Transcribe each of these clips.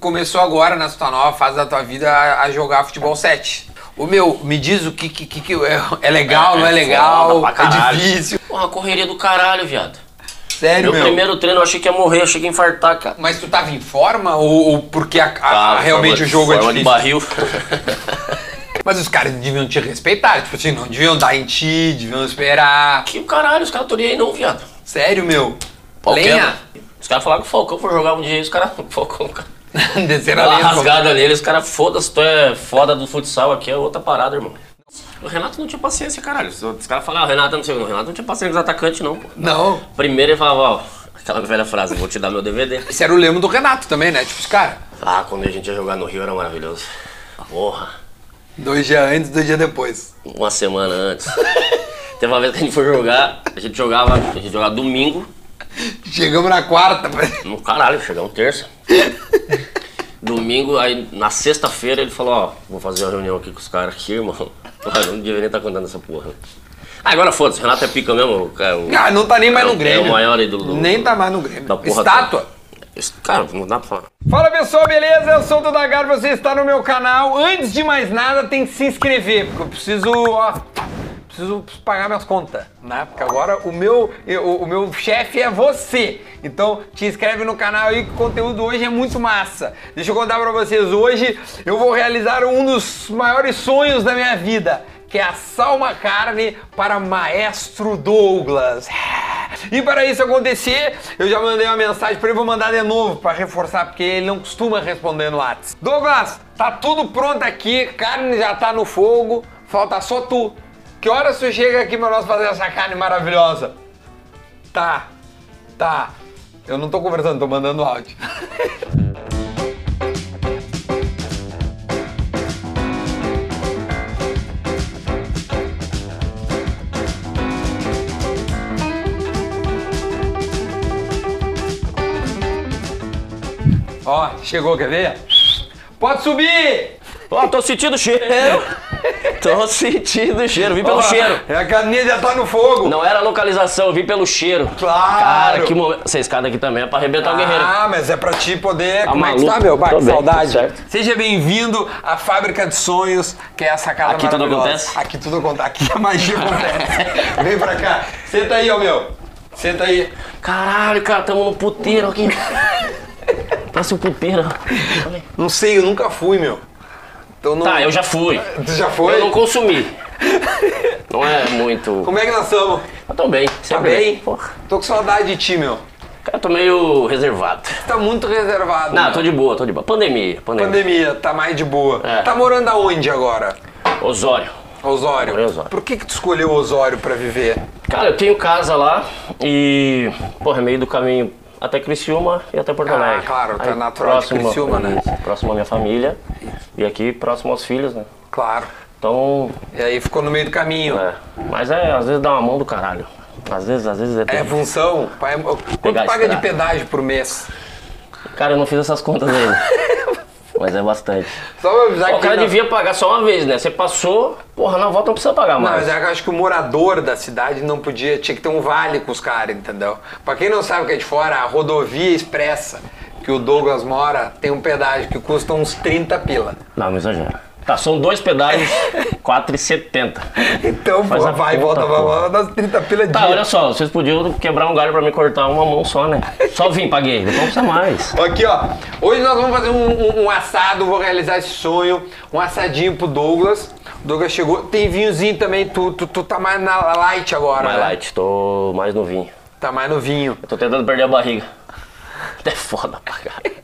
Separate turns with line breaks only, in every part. Começou agora nessa tua nova fase da tua vida a, a jogar futebol 7. O meu, me diz o que, que, que, que é, é legal,
É,
não é
é
legal,
foda pra
é
caralho.
difícil.
Porra, correria do caralho, viado.
Sério,
Meu,
meu.
primeiro treino eu achei que ia morrer, eu achei que ia infartar, cara.
Mas tu tava em forma ou, ou porque a- a-
Ah,
realmente
forma-
o jogo é
forma
difícil?
de barril.
Mas os caras deviam te respeitar, tipo assim, não deviam dar em ti, deviam esperar.
que caralho, os caras não tão nem aí não, viado.
Sério, meu.
Pau
Lenha.
quebra. um. Os caras falaram que o Falcão foi jogar um dia e os caras... O Falcão, cara...
Desceram a
Dá uma
lenha.
rasgada nele, os caras, foda-se, tu é foda do futsal aqui, é outra parada, irmão. O Renato não tinha paciência, caralho. Os outros caras falavam, ah, o Renato não sei o quê. O Renato não tinha paciência com os atacantes, não, pô.
Não.
Primeiro ele falava, ó, aquela velha frase, vou te dar meu DVD.
Esse era o lema do Renato também, né? Tipo, os caras,
Ah, quando a gente ia jogar no Rio era maravilhoso. Porra,
dois dias antes, dois dias depois.
uma semana antes. Teve uma vez que a gente foi jogar, a gente jogava, a gente jogava domingo,
Chegamos na quarta,
no caralho, chegamos terça. Domingo, aí na sexta-feira ele falou, ó, vou fazer uma reunião aqui com os caras aqui, irmão. Ah, não devia nem estar contando essa porra. Ah, agora foda-se, Renato é pica mesmo, cara. o-
Ah, não tá nem mais
é o-
no Grêmio.
É o maior ídolo do
Nem tá mais no Grêmio.
da porra
Estátua.
toda. Isso- Cara, não dá pra falar.
Fala pessoal, beleza? Eu sou o Dudagar, você está no meu canal. Antes de mais nada, tem que se inscrever, porque eu preciso, ó, preciso pagar minhas contas, né? Porque agora o meu, eu- o meu chefe é você. Então, te inscreve no canal aí que o conteúdo hoje é muito massa. Deixa eu contar pra vocês, hoje eu vou realizar um dos maiores sonhos da minha vida, que é assar uma carne para Maestro Douglas. E para isso acontecer, eu já mandei uma mensagem para ele, vou mandar de novo para reforçar, porque ele não costuma responder no WhatsApp. Douglas, tá tudo pronto aqui, carne já tá no fogo, falta só tu. Que horas tu chega aqui para nós fazer essa carne maravilhosa? Tá, tá. Eu não tô conversando, tô mandando áudio. Ó, chegou, quer ver? Pode subir!
Ó, tô sentindo o cheiro. tô sentindo o cheiro, vim pelo
Ó,
cheiro.
A carninha já tá no fogo.
Não era a localização, eu vim pelo cheiro.
Claro.
Cara, que momento. Essa escada aqui também é pra arrebentar o guerreiro.
Ah, mas é pra ti poder. Como é que
maluco?
tá, meu? Bah,
Tô
que
bem,
saudade.
tudo certo.
Seja bem-vindo à Fábrica de Sonhos, que é essa casa
Aqui tudo
maravilhosa.
acontece?
Aqui tudo acontece. Aqui a magia acontece. Vem pra cá. Senta aí, ó, meu. Senta aí.
Caralho, cara, tamo no puteiro aqui. Parece um puteiro.
Não sei, eu nunca fui, meu. Então não.
Tá, eu já fui.
Tu já foi?
Eu não consumi. Não é muito.
Como é que nós estamos?
Mas tô bem, sempre
Tá bem?
Porra,
Tô com saudade de ti, meu.
cara, tô meio reservado.
Tá muito reservado.
Não,
meu.
tô de boa, tô de boa. Pandemia, pandemia.
Pandemia, tá mais de boa.
É.
Tá morando aonde agora?
Osório.
Osório.
Morei em Osório.
Por que que tu escolheu Osório pra viver?
Cara, eu tenho casa lá e. Porra, é meio do caminho até Criciúma e até Porto
Ah,
Alegre.
claro, tá natural de Criciúma, né?
isso, Próximo à minha família e aqui próximo aos filhos, né?
Claro.
Então,
E aí ficou no meio do caminho.
é. Mas é, às vezes dá uma mão do caralho. Às vezes, às vezes é.
É
terrível.
função? Pai, quanto
Pegar
paga
estrada.
de pedágio por mês? É.
Cara, eu não fiz essas contas ainda. Mas é bastante.
Só pra avisar
Pô, o
É que.
cara
não-
devia pagar só uma vez, né? Você passou, porra, na volta não precisa pagar
Não, mas
mais.
é que eu acho que o morador da cidade não podia, tinha que ter um vale com os caras, entendeu? Pra quem não sabe o que é de fora, a rodovia expressa que o Douglas mora tem um pedágio que custa uns 30 pila.
Não, não exagera. Tá, são dois pedágios, 4,70.
Então,
Faz
pô,
a
vai, volta,
conta,
vai,
pô.
volta, dá uns 30 pila de
Tá, olha só, vocês podiam quebrar um galho pra me cortar uma mão só, né? Só vim, paguei. Depois não precisa mais.
Aqui, ó. Hoje nós vamos fazer um, um- um assado, vou realizar esse sonho. Um assadinho pro Douglas. O Douglas chegou. Tem vinhozinho também, tu, tu, tu tá mais na light agora.
Mais
né?
light, tô mais no vinho.
Tá mais no vinho.
Eu tô tentando perder a barriga. É foda pra caralho.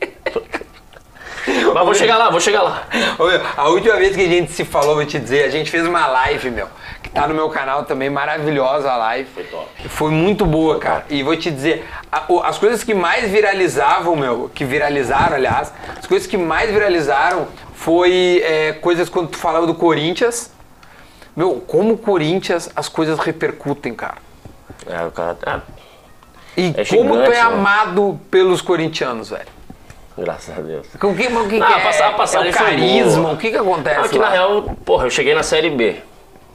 Mas vou chegar lá, vou chegar lá.
Ô, meu, a última vez que a gente se falou, vou te dizer, a gente fez uma live, meu, que tá no meu canal também, maravilhosa a live. Foi
top.
Foi muito boa, cara. E vou te dizer, a- o- as coisas que mais viralizavam, meu, que viralizaram, aliás, as coisas que mais viralizaram foi é, coisas quando tu falava do Corinthians. Meu, como o Corinthians as coisas repercutem, cara.
É, o cara. Ah,
E
É
como tu
gigante,
é
né?
amado pelos corintianos, velho.
graças a Deus.
O que, o que que
Ah,
é?
a passa- a passagem
é o
foi
carisma,
boa.
o que que acontece?
Ah, que
lá?
na real, porra, eu cheguei na Série B.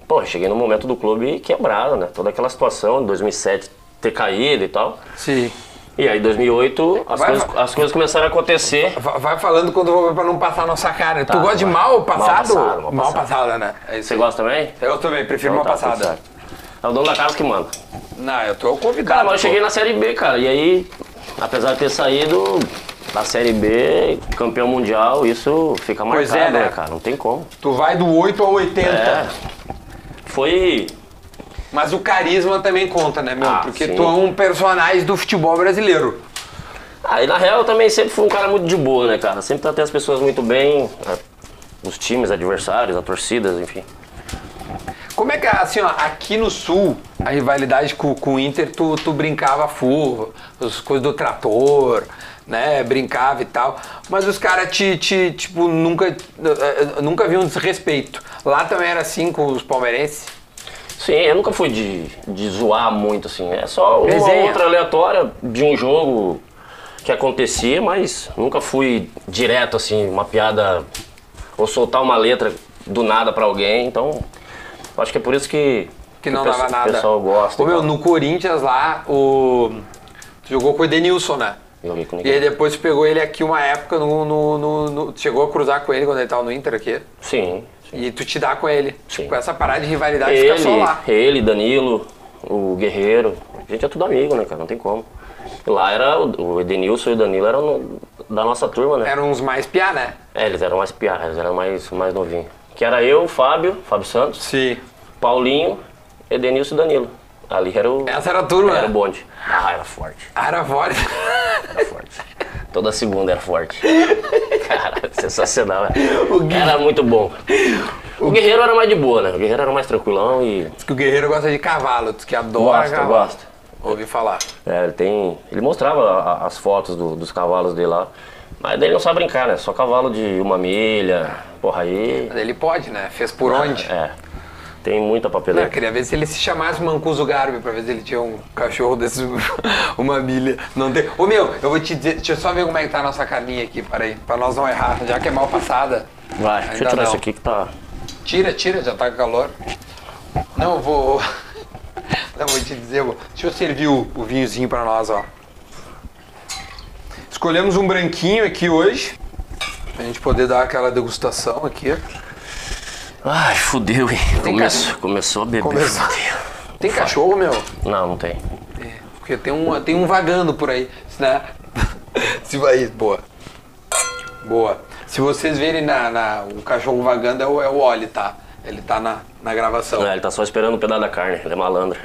Porra, eu cheguei no momento do clube quebrado, né? Toda aquela situação, 2007 ter caído e tal.
Sim.
E aí, em 2008, as,
Vai,
coisas,
vai.
as coisas começaram a acontecer.
Va- Vai falando quando eu vou pra não passar a nossa cara. tu gosta de
Tá, vai.
mal passado?
Mal passado, mal
passada, né? É isso
Você
aí.
gosta também?
Eu também, prefiro mal
Então tá, tudo
passada. Tá,
certo. É o dono da casa que manda.
Não, eu tô convidado.
Cara, mas
pô.
eu cheguei na Série B, cara. E aí, apesar de ter saído da Série B, campeão mundial, isso fica
Pois
marcado,
é, né? Então.
né, cara? Não tem como.
Tu vai do 8 ao 80.
É. Foi
Mas o carisma também conta, né, meu?
Ah,
Porque
sim.
tu é um personagem do futebol brasileiro.
Ah, e na real eu também sempre fui um cara muito de boa, né, cara? Sempre tratei as pessoas muito bem, né? os times, adversários, as torcidas, enfim.
Como é que, é, assim, ó, aqui no Sul, a rivalidade com, com o Inter, tu, tu brincava full, as coisas do trator, né, brincava e tal, mas os caras te, te, tipo, nunca, eh, eh, nunca viam desrespeito. Lá também era assim com os palmeirenses?
Sim, eu nunca fui de, de zoar muito, assim. É só uma
Resenha.
outra aleatória de um jogo que acontecia, mas nunca fui direto, assim, uma piada ou soltar uma letra do nada pra alguém. Então, eu acho que é por isso que,
Que não
o pessoal-
dava nada.
o pessoal gosta.
Ô,
e
meu,
tal.
no Corinthians lá, o... tu jogou com o Edenilson, né?
Joguei com
E
ninguém.
aí depois tu pegou ele aqui uma época no, no- no- no- Chegou a cruzar com ele quando ele tava no Inter aqui.
Sim, sim.
E tu te dá com ele.
Sim.
Com essa parada de rivalidade fica só lá.
Ele, ele, Danilo, o Guerreiro. A gente é tudo amigo, né, cara? Não tem como. Lá era o o Edenilson e o Danilo eram no- da nossa turma, né?
Eram uns mais piá, né?
É, eles eram mais piadas, eles eram mais, mais novinhos. Que era eu, Fábio, Fábio Santos,
Sim.
Paulinho, Edenilson e Danilo. Ali era o.
Essa era a turma.
Era o bonde. Ah, era forte,
Era voz.
era forte. Toda segunda era forte. Cara, sensacional, né? Era muito bom. O Guerreiro era mais de boa, né? O Guerreiro era mais tranquilão e.
Diz que o guerreiro gosta de cavalo, diz que adora
Gosta,
cavalo.
gosta.
Ouvi falar.
É, ele tem. Ele mostrava a- a- as fotos do- dos cavalos dele lá. Mas daí ele não sabe brincar, né? Só cavalo de uma milha. Porra, aí.
Mas ele pode, né? Fez por onde?
É. Tem muita
Eu
papeleira.
queria ver se ele se chamasse Mancuso Garbi pra ver se ele tinha um cachorro desse, uma milha. Não tem. Ô meu, eu vou te dizer, deixa eu só ver como é que tá a nossa carninha aqui, peraí, pra nós não errar, já que é mal passada.
Vai, deixa
Ainda
eu tirar
não.
isso aqui que tá.
Tira, tira, já tá com calor. Não, eu vou. Não, vou te dizer, vou- deixa eu servir o, o vinhozinho pra nós, ó. Escolhemos um branquinho aqui hoje, pra gente poder dar aquela degustação aqui.
Ai, fudeu, hein? Começou, começou a beber.
Começou.
fudeu.
Tem cachorro, meu?
Não, não tem.
É, porque tem um, tem um vagando por aí, né? Se vai, boa. Boa. Se vocês verem na, na- o cachorro vagando é o, é o Oli, tá? Ele tá na, na gravação.
Não, ele tá só esperando um pedaço da carne, ele é malandro.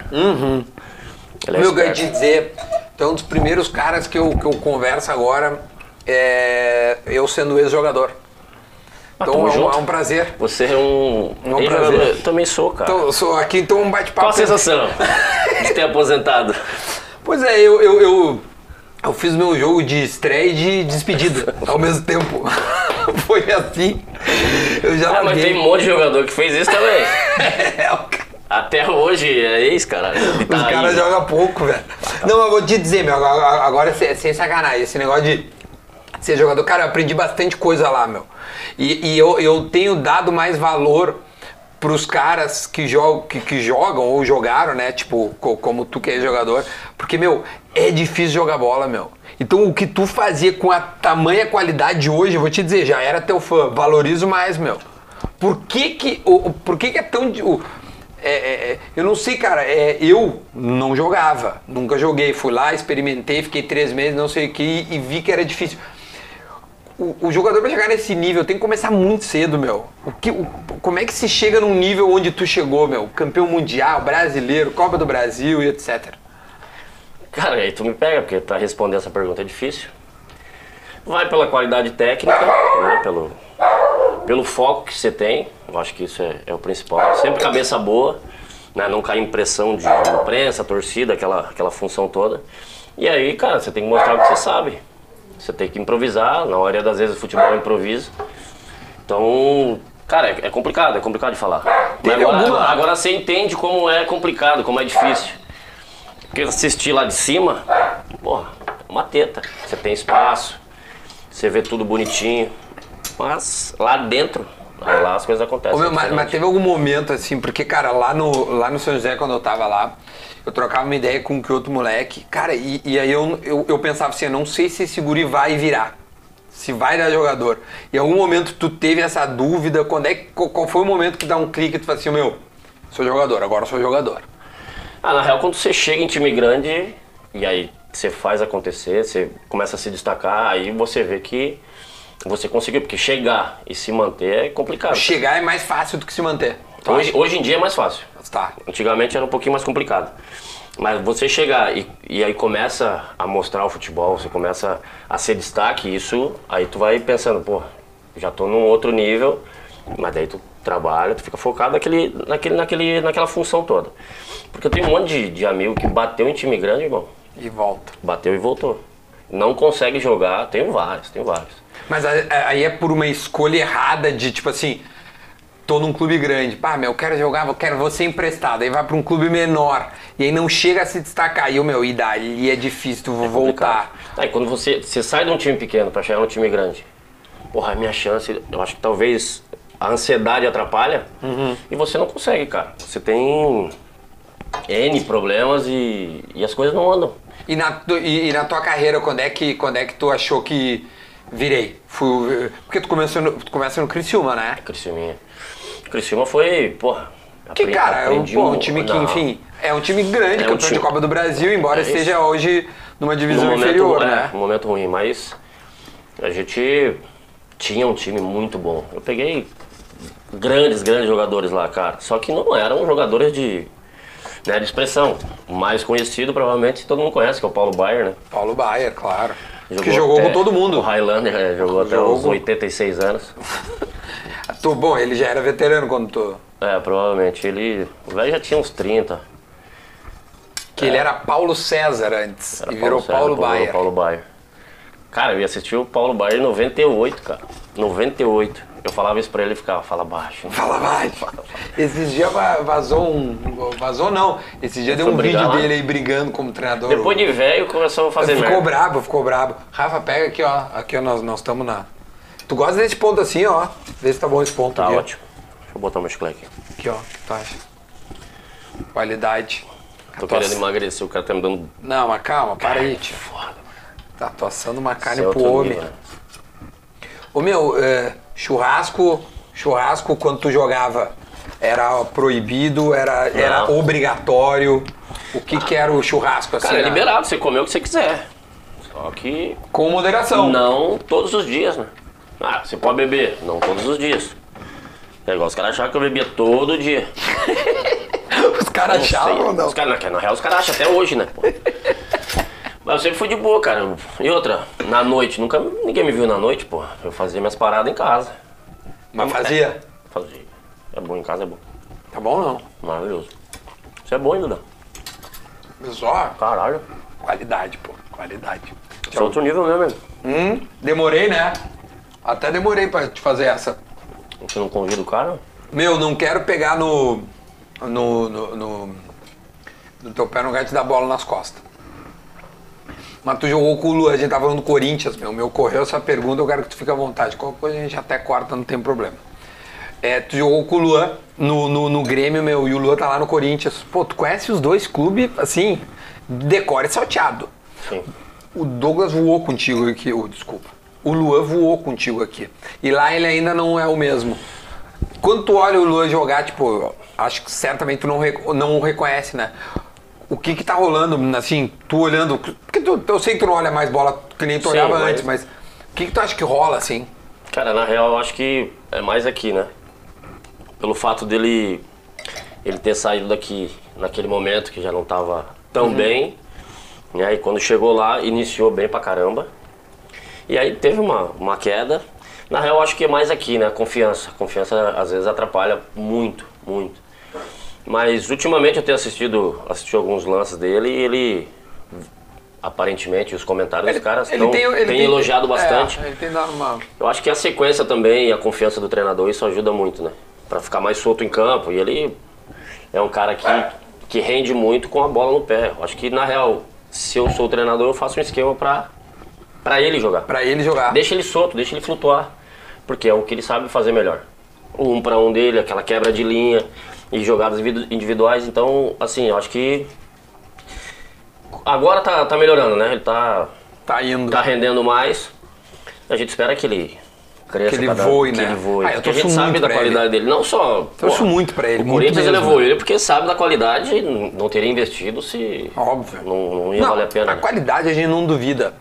Ele é
Uhum. Meu,
esperto.
ganho de dizer, tu é um dos primeiros caras que eu, que eu converso agora, é, eu sendo ex-jogador. Então
Ah, tamo
é um,
junto.
é um prazer.
Você é um.
É um
Ei,
prazer.
jogador, Eu também sou, cara.
Então, eu sou aqui, então um bate-papo.
Qual a sensação de ter aposentado?
Pois é, eu, eu, eu, eu fiz meu jogo de estreia e de despedida ao mesmo tempo. Foi assim. Eu já
Ah, mas
larguei.
tem um monte de jogador que fez isso também.
É, o ca-
Até hoje é ex, cara. Ele tá
Os
aí.
caras jogam pouco, velho. Não, eu vou te dizer, meu, agora, agora é sem, sem sacanagem, esse negócio de ser jogador, cara, eu aprendi bastante coisa lá, meu. E, e eu, eu tenho dado mais valor pros caras que, jogam, que, que jogam ou jogaram, né? Tipo, co- como tu que é jogador. Porque, meu, é difícil jogar bola, meu. Então o que tu fazia com a tamanha qualidade de hoje, eu vou te dizer, já era teu fã, valorizo mais, meu. Por que que, o, o- por que que é tão... di- o- é, é, é, eu não sei, cara. é, eu não jogava, nunca joguei. Fui lá, experimentei, fiquei três meses, não sei o que, e, e vi que era difícil. O, o jogador pra chegar nesse nível tem que começar muito cedo, meu. O que, o- como é que se chega num nível onde tu chegou, meu? Campeão mundial, brasileiro, Copa do Brasil e etc.
Cara, aí tu me pega, porque pra responder essa pergunta é difícil. Vai pela qualidade técnica, né, pelo, pelo foco que você tem. Eu acho que isso é, é o principal. Sempre cabeça boa, né, não cair em pressão de imprensa, torcida, aquela, aquela função toda. E aí, cara, você tem que mostrar o que você sabe. Você tem que improvisar, na maioria das vezes o futebol é improviso. Então, cara, é, é complicado, é complicado de falar. Mas
Teve
agora,
alguma-
agora você entende como é complicado, como é difícil. Porque assistir lá de cima, porra, é uma teta. Você tem espaço, você vê tudo bonitinho. Mas lá dentro Aí lá as coisas acontecem.
Ô, meu, mas, mas
diferente.
teve algum momento assim, porque, cara, lá no, lá no São José, quando eu tava lá, eu trocava uma ideia com que outro moleque, cara, e, e aí eu, eu, eu pensava assim, eu não sei se esse guri vai virar. Se vai dar jogador. Em algum momento tu teve essa dúvida, quando é que, qual qual foi o momento que dá um clique e tu fala assim, meu, sou jogador, agora sou jogador.
Ah, na real, quando você chega em time grande e aí você faz acontecer, você começa a se destacar, aí você vê que você conseguiu, porque chegar e se manter é complicado.
Chegar é mais fácil do que se manter. Tá?
Hoje, hoje em dia é mais fácil.
Tá.
Antigamente era um pouquinho mais complicado. Mas você chegar e, e aí começa a mostrar o futebol, você começa a ser destaque, isso aí tu vai pensando, pô, já tô num outro nível, mas daí tu trabalha, tu fica focado naquele, naquele, naquele, naquela função toda. Porque eu tenho um monte de, de amigo que bateu em time grande, irmão.
E volta.
Bateu e voltou. Não consegue jogar, tenho vários, tenho vários.
Mas a- a- aí é por uma escolha errada de tipo assim, tô num clube grande, pá, meu, eu quero jogar, eu quero vou ser emprestado, aí vai pra um clube menor, e aí não chega a se destacar, e o meu, e dali é difícil tu voltar.
Aí Tá. quando você, você sai de um time pequeno pra chegar num time grande, porra, a minha chance, eu acho que talvez a ansiedade atrapalha
Uhum.
e você não consegue, cara. Você tem N problemas e, e as coisas não andam.
E na, tu- e, e na tua carreira, quando é, que, quando é que tu achou que virei? Fui, eh, porque tu, começou no, tu começa no Criciúma, né?
Criciúma. Criciúma foi, porra.
Que,
apre-
cara, é um,
aprendi
pô, um time que,
não.
enfim, é um time grande,
É um
campeão de
time-
Copa do Brasil, embora
É isso.
esteja hoje numa
No
divisão
momento,
inferior,
é,
né?
um momento ruim, mas a gente tinha um time muito bom. Eu peguei grandes, grandes jogadores lá, cara. Só que não eram jogadores de, né, de expressão. O mais conhecido, provavelmente, todo mundo conhece, que é o Paulo Baier, né?
Paulo Baier, claro. que jogou
até-
com todo mundo.
O Highlander é, jogou até
Jogou
os
com-
86 anos.
Tu, bom, ele já era veterano quando tu.
É, provavelmente. Ele, o velho já tinha uns 30.
Que ele era Paulo César antes.
Era
e virou
César,
É. Paulo,
depois Tá virou
Baier.
Paulo Baier. Cara, eu ia assistir o Paulo Baier em 98, cara. 98. Eu falava isso pra ele e ficava, fala baixo.
Fala vai. Esses dias va- vazou um. Vazou não. Esse dia deu
Foi
um vídeo
brigar lá?
dele aí brigando como treinador.
Depois de velho começou a fazer
ficou
merda.
brabo, ficou brabo. Rafa, pega aqui, ó. Aqui, ó, nós nós estamos na. Tu gosta desse ponto assim, ó. Vê se tá bom esse ponto
Tá
aqui.
ótimo. Deixa eu botar meu chiclete aqui.
Aqui, ó. O que tu acha? Qualidade.
Tô
Tua-
querendo emagrecer, o cara tá me dando
Não, mas calma, para aí, tio.
foda.
Tá tô assando uma
Esse
carne
é
pro
outro
homem.
nível, né?
Ô meu, é, churrasco, churrasco quando tu jogava era proibido, era, era
Não.
obrigatório. O que que era o churrasco assim?
Cara, é
né?
liberado, você comeu o que você quiser. Só que
Com moderação.
não todos os dias, né? Ah, você pode beber, não todos os dias. É igual os caras achavam que eu bebia todo dia.
Os caras achavam ou
sei.
não?
Os caras, na- na real, os caras acham até hoje, né? pô? Mas eu sempre fui de boa, cara. E outra, na noite, nunca ninguém me viu na noite, pô. Eu fazia minhas paradas em casa.
Mas fazia?
Fazia. É bom em casa, é bom.
Tá bom não.
Maravilhoso. Isso é bom, hein, Dudão?
Mas ó,
Caralho.
qualidade, pô, qualidade.
Isso é outro nível mesmo. hein?
Hum, demorei, né? Até demorei pra te fazer essa.
Você não convida o cara?
Meu, não quero pegar no. no. no, no, no teu pé no gato da bola nas costas. Mas tu jogou com o Luan, a gente tava falando do Corinthians, meu. Me ocorreu essa pergunta, eu quero que tu fique à vontade. Qualquer coisa a gente até corta, não tem problema. É, tu jogou com o Luan no, no, no Grêmio, meu, e o Luan tá lá no Corinthians. Pô, tu conhece os dois clubes, assim, decore salteado.
Sim.
O Douglas voou contigo aqui, oh, desculpa. O Luan voou contigo aqui. E lá ele ainda não é o mesmo. Quando tu olha o Luan jogar, tipo, eu acho que certamente tu não, rec- não o reconhece, né? O que que tá rolando, assim, tu olhando... Porque tu- eu sei que tu não olha mais bola que nem tu
Sim,
olhava
mas-
antes, mas... O que que tu acha que rola, assim?
Cara, na real, eu acho que é mais aqui, né? Pelo fato dele ele ter saído daqui naquele momento que já não tava tão bem, né? E quando chegou lá, iniciou bem pra caramba. E aí teve uma, uma queda. Na real, eu acho que é mais aqui, né? Confiança. Confiança às vezes atrapalha muito, muito. Mas ultimamente eu tenho assistido, assisti alguns lances dele e ele aparentemente os comentários dos caras tão- têm Então, elogiado bastante.
É, ele tem dado uma...
Eu acho que a sequência também e a confiança do treinador, isso ajuda muito, né? Pra ficar mais solto em campo. E ele é um cara que, que rende muito com a bola no pé. Eu acho que, na real, se eu sou o treinador, eu faço um esquema pra, pra ele jogar.
Pra ele jogar.
Deixa ele solto, deixa ele flutuar. Porque é o que ele sabe fazer melhor. o um para um dele, aquela quebra de linha e jogadas individu- individuais. Então, assim, eu acho que agora tá, tá melhorando, né? Ele tá,
Tá indo.
tá rendendo mais. A gente espera que ele cresça.
Que ele
cada-
voe,
que
né?
ele voe.
Ah, eu
Porque
torço
a gente
muito
sabe da
pra
qualidade dele. Não só.
Torço
pô,
muito pra ele,
O
muito
Corinthians
mesmo.
elevou ele porque sabe da qualidade e n- não teria investido se.
Óbvio.
Não, não ia valer a pena. né?
qualidade a gente não duvida.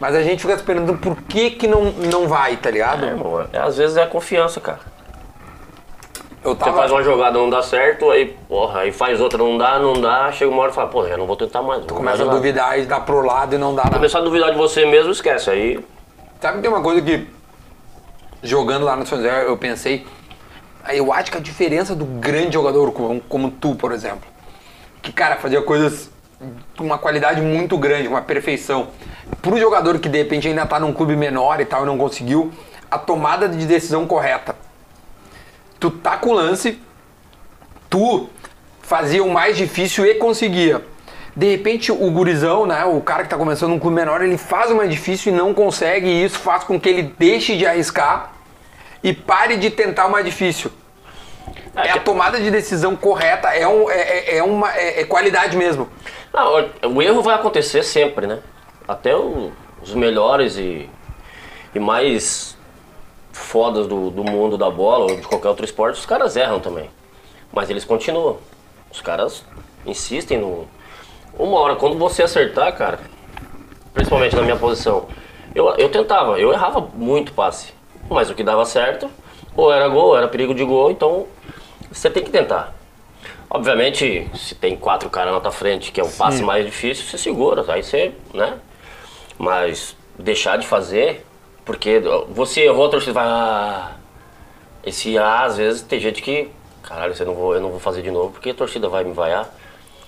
Mas a gente fica se perguntando por que que não, não vai, tá ligado?
É, irmão, é- às vezes é a confiança, cara.
Tá Eu
Você faz um-
tava...
uma jogada, não dá certo, aí, porra, aí faz outra, não dá, não dá, chega uma hora e fala, porra, já não vou tentar mais. Tu
Começa a duvidar e dá pro lado e não dá nada.
Começar a duvidar de você mesmo, esquece. Aí
Sabe que tem uma coisa que, jogando lá no São José, eu pensei. aí Eu acho que a diferença do grande jogador como, como tu, por exemplo, que, cara, fazia coisas com uma qualidade muito grande, uma perfeição. Pro jogador que de repente ainda tá num clube menor e tal e não conseguiu, a tomada de decisão correta. Tu tá com o lance, tu fazia o mais difícil e conseguia. De repente, o gurizão, né, o cara que tá começando um clube menor, ele faz o mais difícil e não consegue, e isso faz com que ele deixe de arriscar e pare de tentar o mais difícil. É a
que-
tomada de decisão correta, é, um, é, é- é uma é, é qualidade mesmo.
Ah, o- o erro vai acontecer sempre, né? Até o- os melhores e, e mais fodas do, do mundo da bola ou de qualquer outro esporte, os caras erram também. Mas eles continuam. Os caras insistem no. Uma hora, quando você acertar, cara, principalmente na minha posição, eu, eu tentava, eu errava muito passe. Mas o que dava certo, ou era gol, ou era perigo de gol, então você tem que tentar. Obviamente, se tem quatro caras na tua frente, que é o passe mais difícil, você segura, aí você, né? Mas deixar de fazer, porque você errou, a torcida vai. "Ah". esse ah, às vezes tem gente que. Caralho, você não vou, eu não vou fazer de novo, porque a torcida vai me vaiar.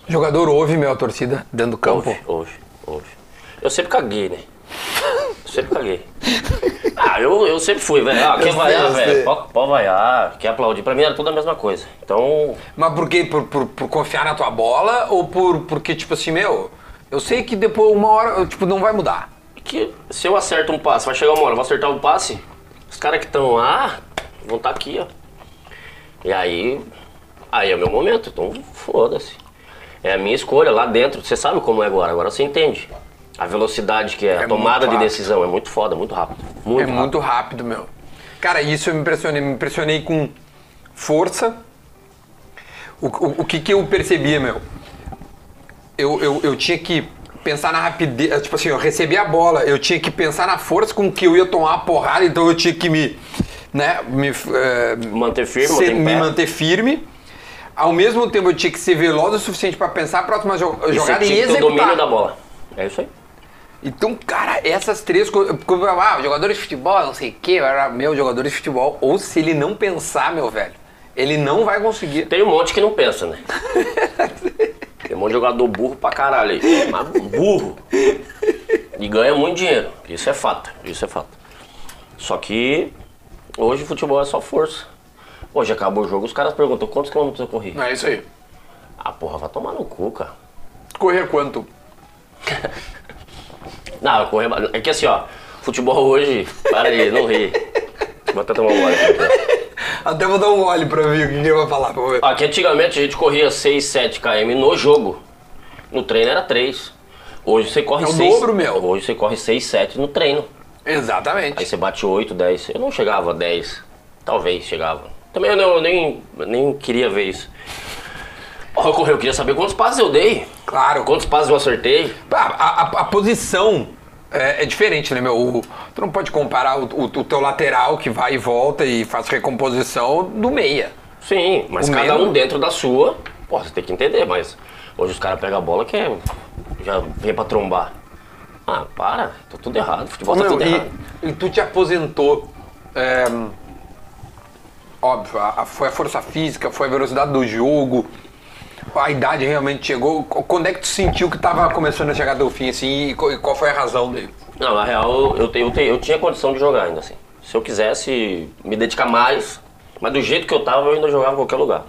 O jogador ouve, meu, a torcida, dentro do campo.
Hoje, hoje, hoje. Eu sempre caguei, né? Eu sempre caguei. Ah, eu, eu sempre fui, velho. Ah, quer
Eu
vaiar,
sei, eu sei.
velho? Pode pode vaiar, quer aplaudir. Pra mim era tudo a mesma coisa. Então,
Mas por quê? Por, por, por confiar na tua bola ou por porque, tipo assim, meu, eu sei que depois, uma hora, tipo, não vai mudar.
que se eu acerto um passe, vai chegar uma hora, eu vou acertar um passe, os caras que estão lá vão estar aqui, ó. E aí, aí é o meu momento, então foda-se. É a minha escolha lá dentro, você sabe como é agora, agora você entende. A velocidade que é, a
muito
tomada de
rápido.
decisão é muito foda, muito rápido.
É
Muito rápido.
muito rápido, meu. Cara, isso eu me impressionei. Me impressionei com força. O, o- o que, que eu percebia, meu? Eu, eu, eu tinha que pensar na rapidez. Tipo assim, eu recebia a bola, eu tinha que pensar na força com que eu ia tomar a porrada, então eu tinha que me. Né, me, eh,
Manter firme,
ser-
manter em
me
pé.
manter firme. Ao mesmo tempo, eu tinha que ser veloz o suficiente para pensar a próxima jo-
E você
jogada e,
tinha que ter o
executar.
domínio da bola. É isso aí.
Então, cara, essas três coisas. porque, Ah, jogador de futebol, não sei o quê, era meu jogador de futebol. Ou se ele não pensar, meu velho, ele não vai conseguir.
Tem um monte que não pensa, né? Tem um monte de jogador burro pra caralho aí. Mas burro. E ganha muito dinheiro. Isso é fato. Isso é fato. Só que hoje o futebol é só força. Hoje acabou o jogo, os caras perguntam quantos quilômetros eu corri.
é isso aí.
Ah, porra, vai tomar no cu, cara.
Correr quanto?
Não, correr. É que assim, ó, futebol hoje. Para aí, não ri. Vou até tomar um gole aqui.
Até vou dar um olho pra ver o que ele vai falar. Pra ver.
Aqui antigamente a gente corria 6, 7 km no jogo. No treino era 3. Hoje você corre
É o
6.
dobro, meu.
Hoje você corre 6, 7 no treino. Aí
Exatamente.
você bate 8, 10. Eu não chegava a 10. Talvez chegava. Também eu, não- eu nem, nem queria ver isso. Ó, eu corri, eu queria saber quantos passes eu dei.
Claro.
Quantos passes eu acertei.
Ah, A, a- a posição é, é diferente, né, meu? O- tu não pode comparar o, o- o teu lateral que vai e volta e faz recomposição do meia.
Sim, mas
O
cada
meu-
um dentro da sua. Pô, você tem que entender, mas hoje os caras pegam a bola que é, já vem pra trombar. Ah, para, tá tudo errado. Futebol tá
Meu,
tudo
e-
errado.
e, tu te aposentou. é, óbvio, a- a- foi a força física, foi a velocidade do jogo, a idade realmente chegou. Qu- Quando é que tu sentiu que tava começando a chegar teu fim, assim, e co- e qual foi a razão dele?
Não, na real, eu, te- eu, te- eu tinha condição de jogar ainda, assim. Se eu quisesse me dedicar mais, mas do jeito que eu tava, eu ainda jogava em qualquer lugar.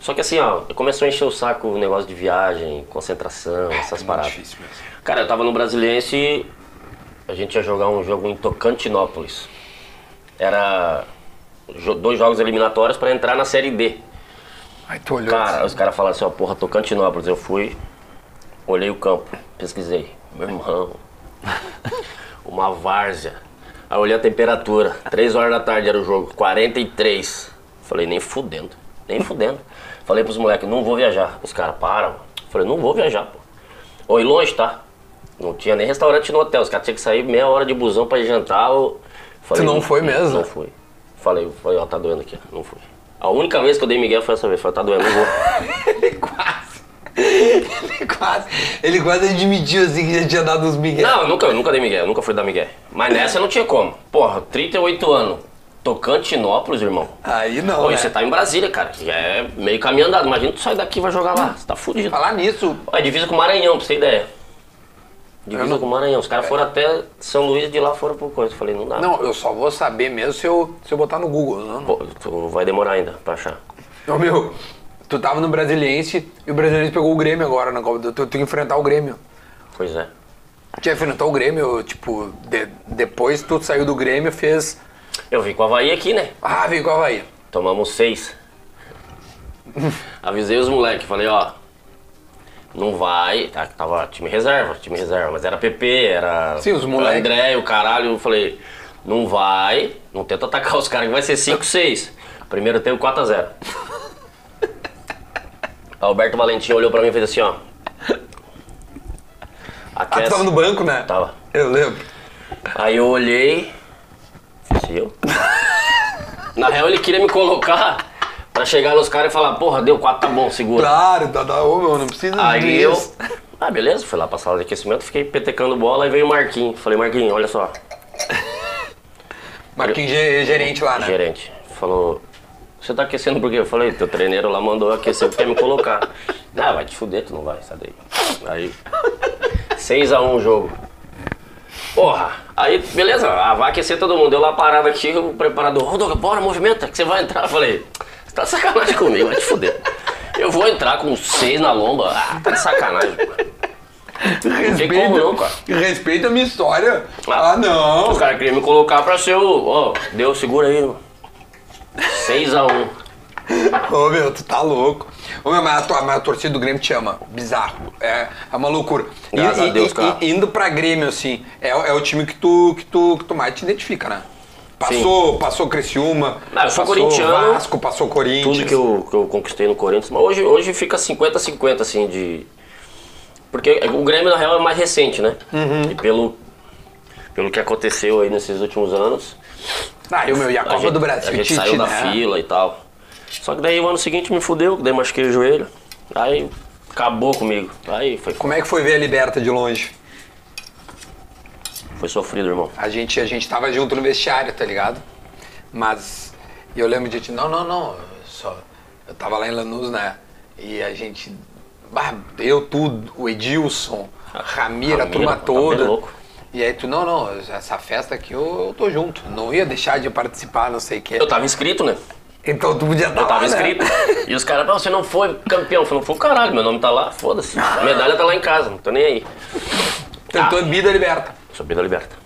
Só que assim, ó, começou a encher o saco o negócio de viagem, concentração, essas paradas. Cara, eu tava no Brasiliense e a gente ia jogar um jogo em Tocantinópolis. Era jo- dois jogos eliminatórios pra entrar na Série D.
Aí tu olhou.
Cara, os caras falaram assim, ó, porra, Tocantinópolis. Eu fui, olhei o campo, pesquisei. Meu irmão, uma várzea. Aí olhei a temperatura, 3 horas da tarde era o jogo, 43. Falei, nem fudendo, nem fudendo. Falei pros moleques, não vou viajar. Os caras, para, mano. Falei, não vou viajar, pô. Ô, e longe, tá? Não tinha nem restaurante no hotel, os caras tinham que sair meia hora de busão pra ir jantar. Eu... Falei,
Tu não foi mesmo?
Não fui. Falei, falei, ó, tá doendo aqui, ó, não fui. A única vez que eu dei Miguel foi essa vez, falei, tá doendo, não vou.
Ele quase. assim, Ele quase. Ele quase admitiu assim que já tinha dado os migué.
Não, eu nunca, eu nunca dei Miguel, eu nunca fui dar Miguel. Mas nessa não tinha como. Porra, 38 anos, Tocantinópolis, irmão.
Aí não.
Pô,
né?
e você tá em Brasília, cara, que já é meio caminho andado. Imagina tu sai daqui e vai jogar lá, você tá fudido.
Falar nisso,
Ó, é divisa com o Maranhão, pra você ter ideia. Divisa com o Maranhão, os caras foram até São Luís de lá foram por coisa. Eu falei, não dá.
não, eu só vou saber mesmo se eu, se eu botar no Google. Não,
Pô, tu vai demorar ainda pra achar.
Ô meu, tu tava no Brasiliense e o Brasiliense pegou o Grêmio agora na Copa do Tu tem que enfrentar o Grêmio.
Pois é.
Tu já enfrentou o Grêmio, tipo, de- depois tu saiu do Grêmio fez.
Eu vim com o Havaí aqui, né?
Ah, vem com o Havaí.
Tomamos seis. Avisei os moleques, falei, ó. Não vai. tá, Tava time reserva, time reserva, mas era PP, era.
Sim, os moleque.
André, o caralho, eu falei, não vai, não tenta atacar os caras que vai ser 5, 6. Primeiro tempo 4x0. Alberto Valentim olhou pra mim e fez assim, ó.
Ah, tu
Aquece.
tava no banco, né?
Tava.
Eu lembro.
Aí eu olhei. Fiz eu? Na real, ele queria me colocar pra chegar nos caras e falar: Porra, deu quatro, tá bom, segura.
Claro, tá, tá, ô, meu, não precisa
Aí eu.
disso.
Ah, beleza, fui lá pra sala de aquecimento, fiquei petecando bola e veio o Marquinhos. Falei: Marquinhos, olha só,
Marquinhos ge- gerente lá, né?
gerente. Falou: Você tá aquecendo por quê? Eu falei: Teu treineiro lá mandou eu aquecer porque quer me colocar. Ah, vai te fuder, tu não vai, sai daí. Aí. 6x1 o jogo. Porra, aí beleza, ah, vai aquecer todo mundo. Eu lá parado aqui, o preparador, ô Douglas, bora, movimenta, que você vai entrar. Eu falei, você tá de sacanagem comigo, vai te fuder. Eu vou entrar com seis na lomba, ah, tá de sacanagem. é
Respeita,
como não, cara.
respeita a minha história. Ah, não.
O cara queria me colocar pra ser o, ó, deu, segura aí, um. mano. 6x1.
Ô, meu, tu tá louco. Ô, meu, mas a, tua, mas a torcida do Grêmio te ama. Bizarro. É, é uma loucura. E-
Graças a
e-
Deus,
e-
cara.
e- indo pra Grêmio, assim, é, é o time que tu, que, tu, que tu mais te identifica, né? Passou, passou Criciúma,
Não, eu sou
passou
corintiano.
Vasco, passou Corinthians.
tudo que eu, que eu conquistei no Corinthians. Mas hoje, hoje fica 50-50, assim, de. Porque o Grêmio, na real, é mais recente, né?
Uhum.
E pelo, pelo que aconteceu aí nesses últimos anos.
Ah, e o meu, e a, Copa
gente-
do Brasil,
A gente
Tite,
saiu da
né?
fila e tal. Só que daí o ano seguinte me fudeu, daí machuquei o joelho. Aí acabou comigo. Aí foi,
Como é que foi ver a Liberta de longe?
foi sofrido, irmão.
A gente, a gente tava junto no vestiário, tá ligado? Mas e eu lembro de ti, não, não, não, eu só eu tava lá em Lanús, né? E a gente bah, eu tudo, o Edilson, a Ramiro, a
Ramiro,
turma
tá bem
toda.
louco.
E aí tu, não, não, essa festa aqui eu, eu tô junto, não ia deixar de participar, não sei o quê.
Eu tava inscrito, né?
Então tu podia estar
Eu tava
lá, né?
inscrito. E os caras, "Não, você não foi campeão. Eu falei, não foi caralho, meu nome tá lá, foda-se. A medalha tá lá em casa, não tô nem aí.
Tentou
Ah.
a é, Bida Liberta.
Sou Bida Liberta.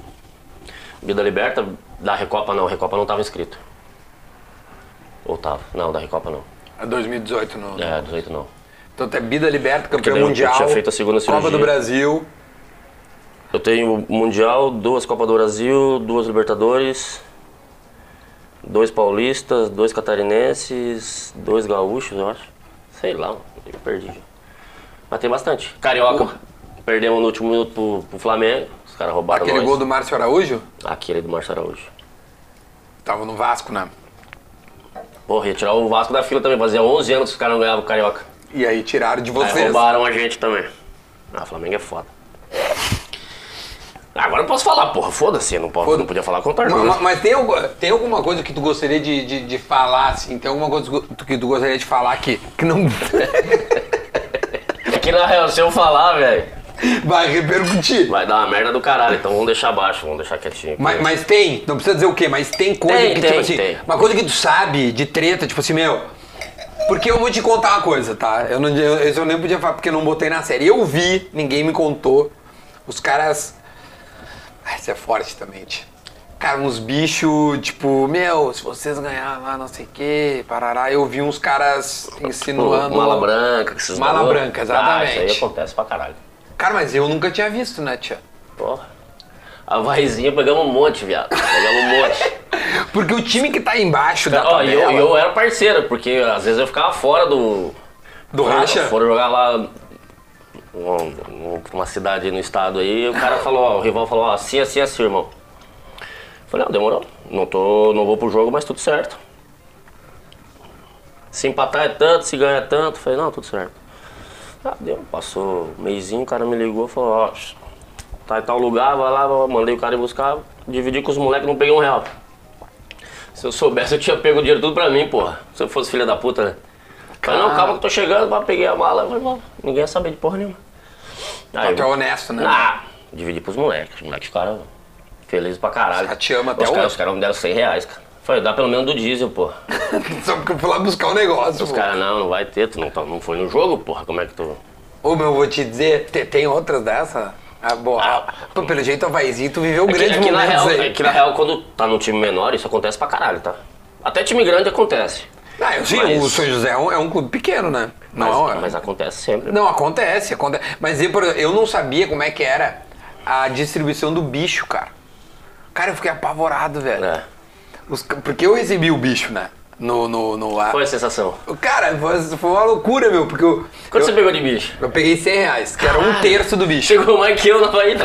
Bida Liberta, da Recopa não, Recopa não tava inscrito. Ou tava? Não, da Recopa não.
A 2018 no.
É, 18 não.
Então tu é Bida Liberta, campeão
daí eu
mundial.
tinha feito a segunda
Copa do
cirurgia.
Brasil.
Eu tenho Mundial, duas Copa do Brasil, duas Libertadores, dois paulistas, dois catarinenses, dois gaúchos, eu acho. Sei lá, eu perdi. já. Mas tem bastante. Carioca, perdemos no último minuto pro, pro Flamengo. Os caras roubaram
Aquele
nós.
gol do Márcio Araújo?
Aquele do Márcio Araújo.
Tava no Vasco, né?
Porra, ia tirar o Vasco da fila também. Fazia 11 anos que os caras não ganhavam o Carioca.
E aí tiraram de
Aí
vocês.
É, roubaram a gente também. Ah, Flamengo é foda. Ah, Agora eu posso falar, porra. Foda-se, eu não, posso,
Foda-
não podia falar contra
Ma- ma- Mas,
argumento.
tem, algu- tem alguma coisa que tu gostaria de, de, de falar, assim? Tem alguma coisa que tu- que tu gostaria de falar que, que não
É que na real, se eu falar, velho,
vai repercutir?
vai dar uma merda do caralho. Então vamos deixar baixo, vamos deixar quietinho.
Mas, mas tem, não precisa dizer o quê, mas tem coisa
Tem,
que,
tem,
tipo assim,
tem.
uma coisa que tu sabe de treta, tipo assim, meu. Porque eu vou te contar uma coisa, tá? Eu não, eu, isso eu nem podia falar porque eu não botei na série. Eu vi, ninguém me contou. Os caras. Ah, isso é forte também. tio. Cara, uns bichos, tipo, meu, se vocês ganhar lá não sei o que, parará, eu vi uns caras insinuando.
Tipo, Mala branca, que vocês
Mala
falam.
branca,
Ah, isso aí
exatamente.
acontece pra caralho.
Cara, mas eu nunca tinha visto, né, tia?
Porra. A Varrezinha pegamos um monte, viado. Pegamos um monte.
Porque o time que tá embaixo da
Ó, e eu,
tabela,
e eu era parceiro, porque às vezes eu ficava fora do.
do racha,
Foram jogar lá um- um- uma cidade no estado aí, o cara falou, ó, o rival falou, ó, assim, assim, assim, irmão. Falei, ó, demorou. Não, tô, não vou pro jogo, mas tudo certo. Se empatar é tanto, se ganhar é tanto. Falei, não, tudo certo. Ah, deu, passou um meizinho, o cara me ligou e falou, ó, tá em tal lugar, vai lá, mandei o cara ir buscar, dividi com os moleques, não peguei um real. Se eu soubesse, eu tinha pego o dinheiro tudo pra mim, porra. Se eu fosse filha da puta, né? Falei, não, calma que eu tô chegando, pá, peguei a mala, vai embora. Ninguém ia saber de porra nenhuma. Aí,
tu é honesto, né?
ah, dividi pros moleques. Os moleques ficaram felizes pra caralho.
Os caras te amam até
os caras,
hoje. Tá
os caras me deram 100 reais, cara. Falei, dá pelo menos do diesel, pô.
Só porque eu fui lá buscar o negócio,
Os
pô.
caras, não, não vai ter, tu não, tá- não foi no jogo, porra, como é que tu...
Ô, meu, eu vou te dizer, te- tem outras dessa? Ah, boa.
Ah.
Pô, pelo jeito, a Vaizinho, tu viveu
É que-
grandes
é que na
momentos
real,
aí.
é que na real, quando tá num time menor, isso acontece pra caralho, tá? Até time grande acontece.
Ah, eu sei,
Mas-
o São José é um, é um clube pequeno, né?
Mas,
Não, é.
mas acontece sempre.
Não, acontece, acontece. Mas eu, por exemplo, eu não sabia como é que era a distribuição do bicho, cara. Cara, eu fiquei apavorado, velho.
É.
Os ca- porque eu recebi o bicho, né? No. no, no a-
Foi é a sensação.
Cara, foi, foi uma loucura, meu, porque eu,
Quando
eu,
você pegou de bicho?
eu peguei 100 reais, que era um terço do bicho.
Chegou mais que eu na Bahia
É.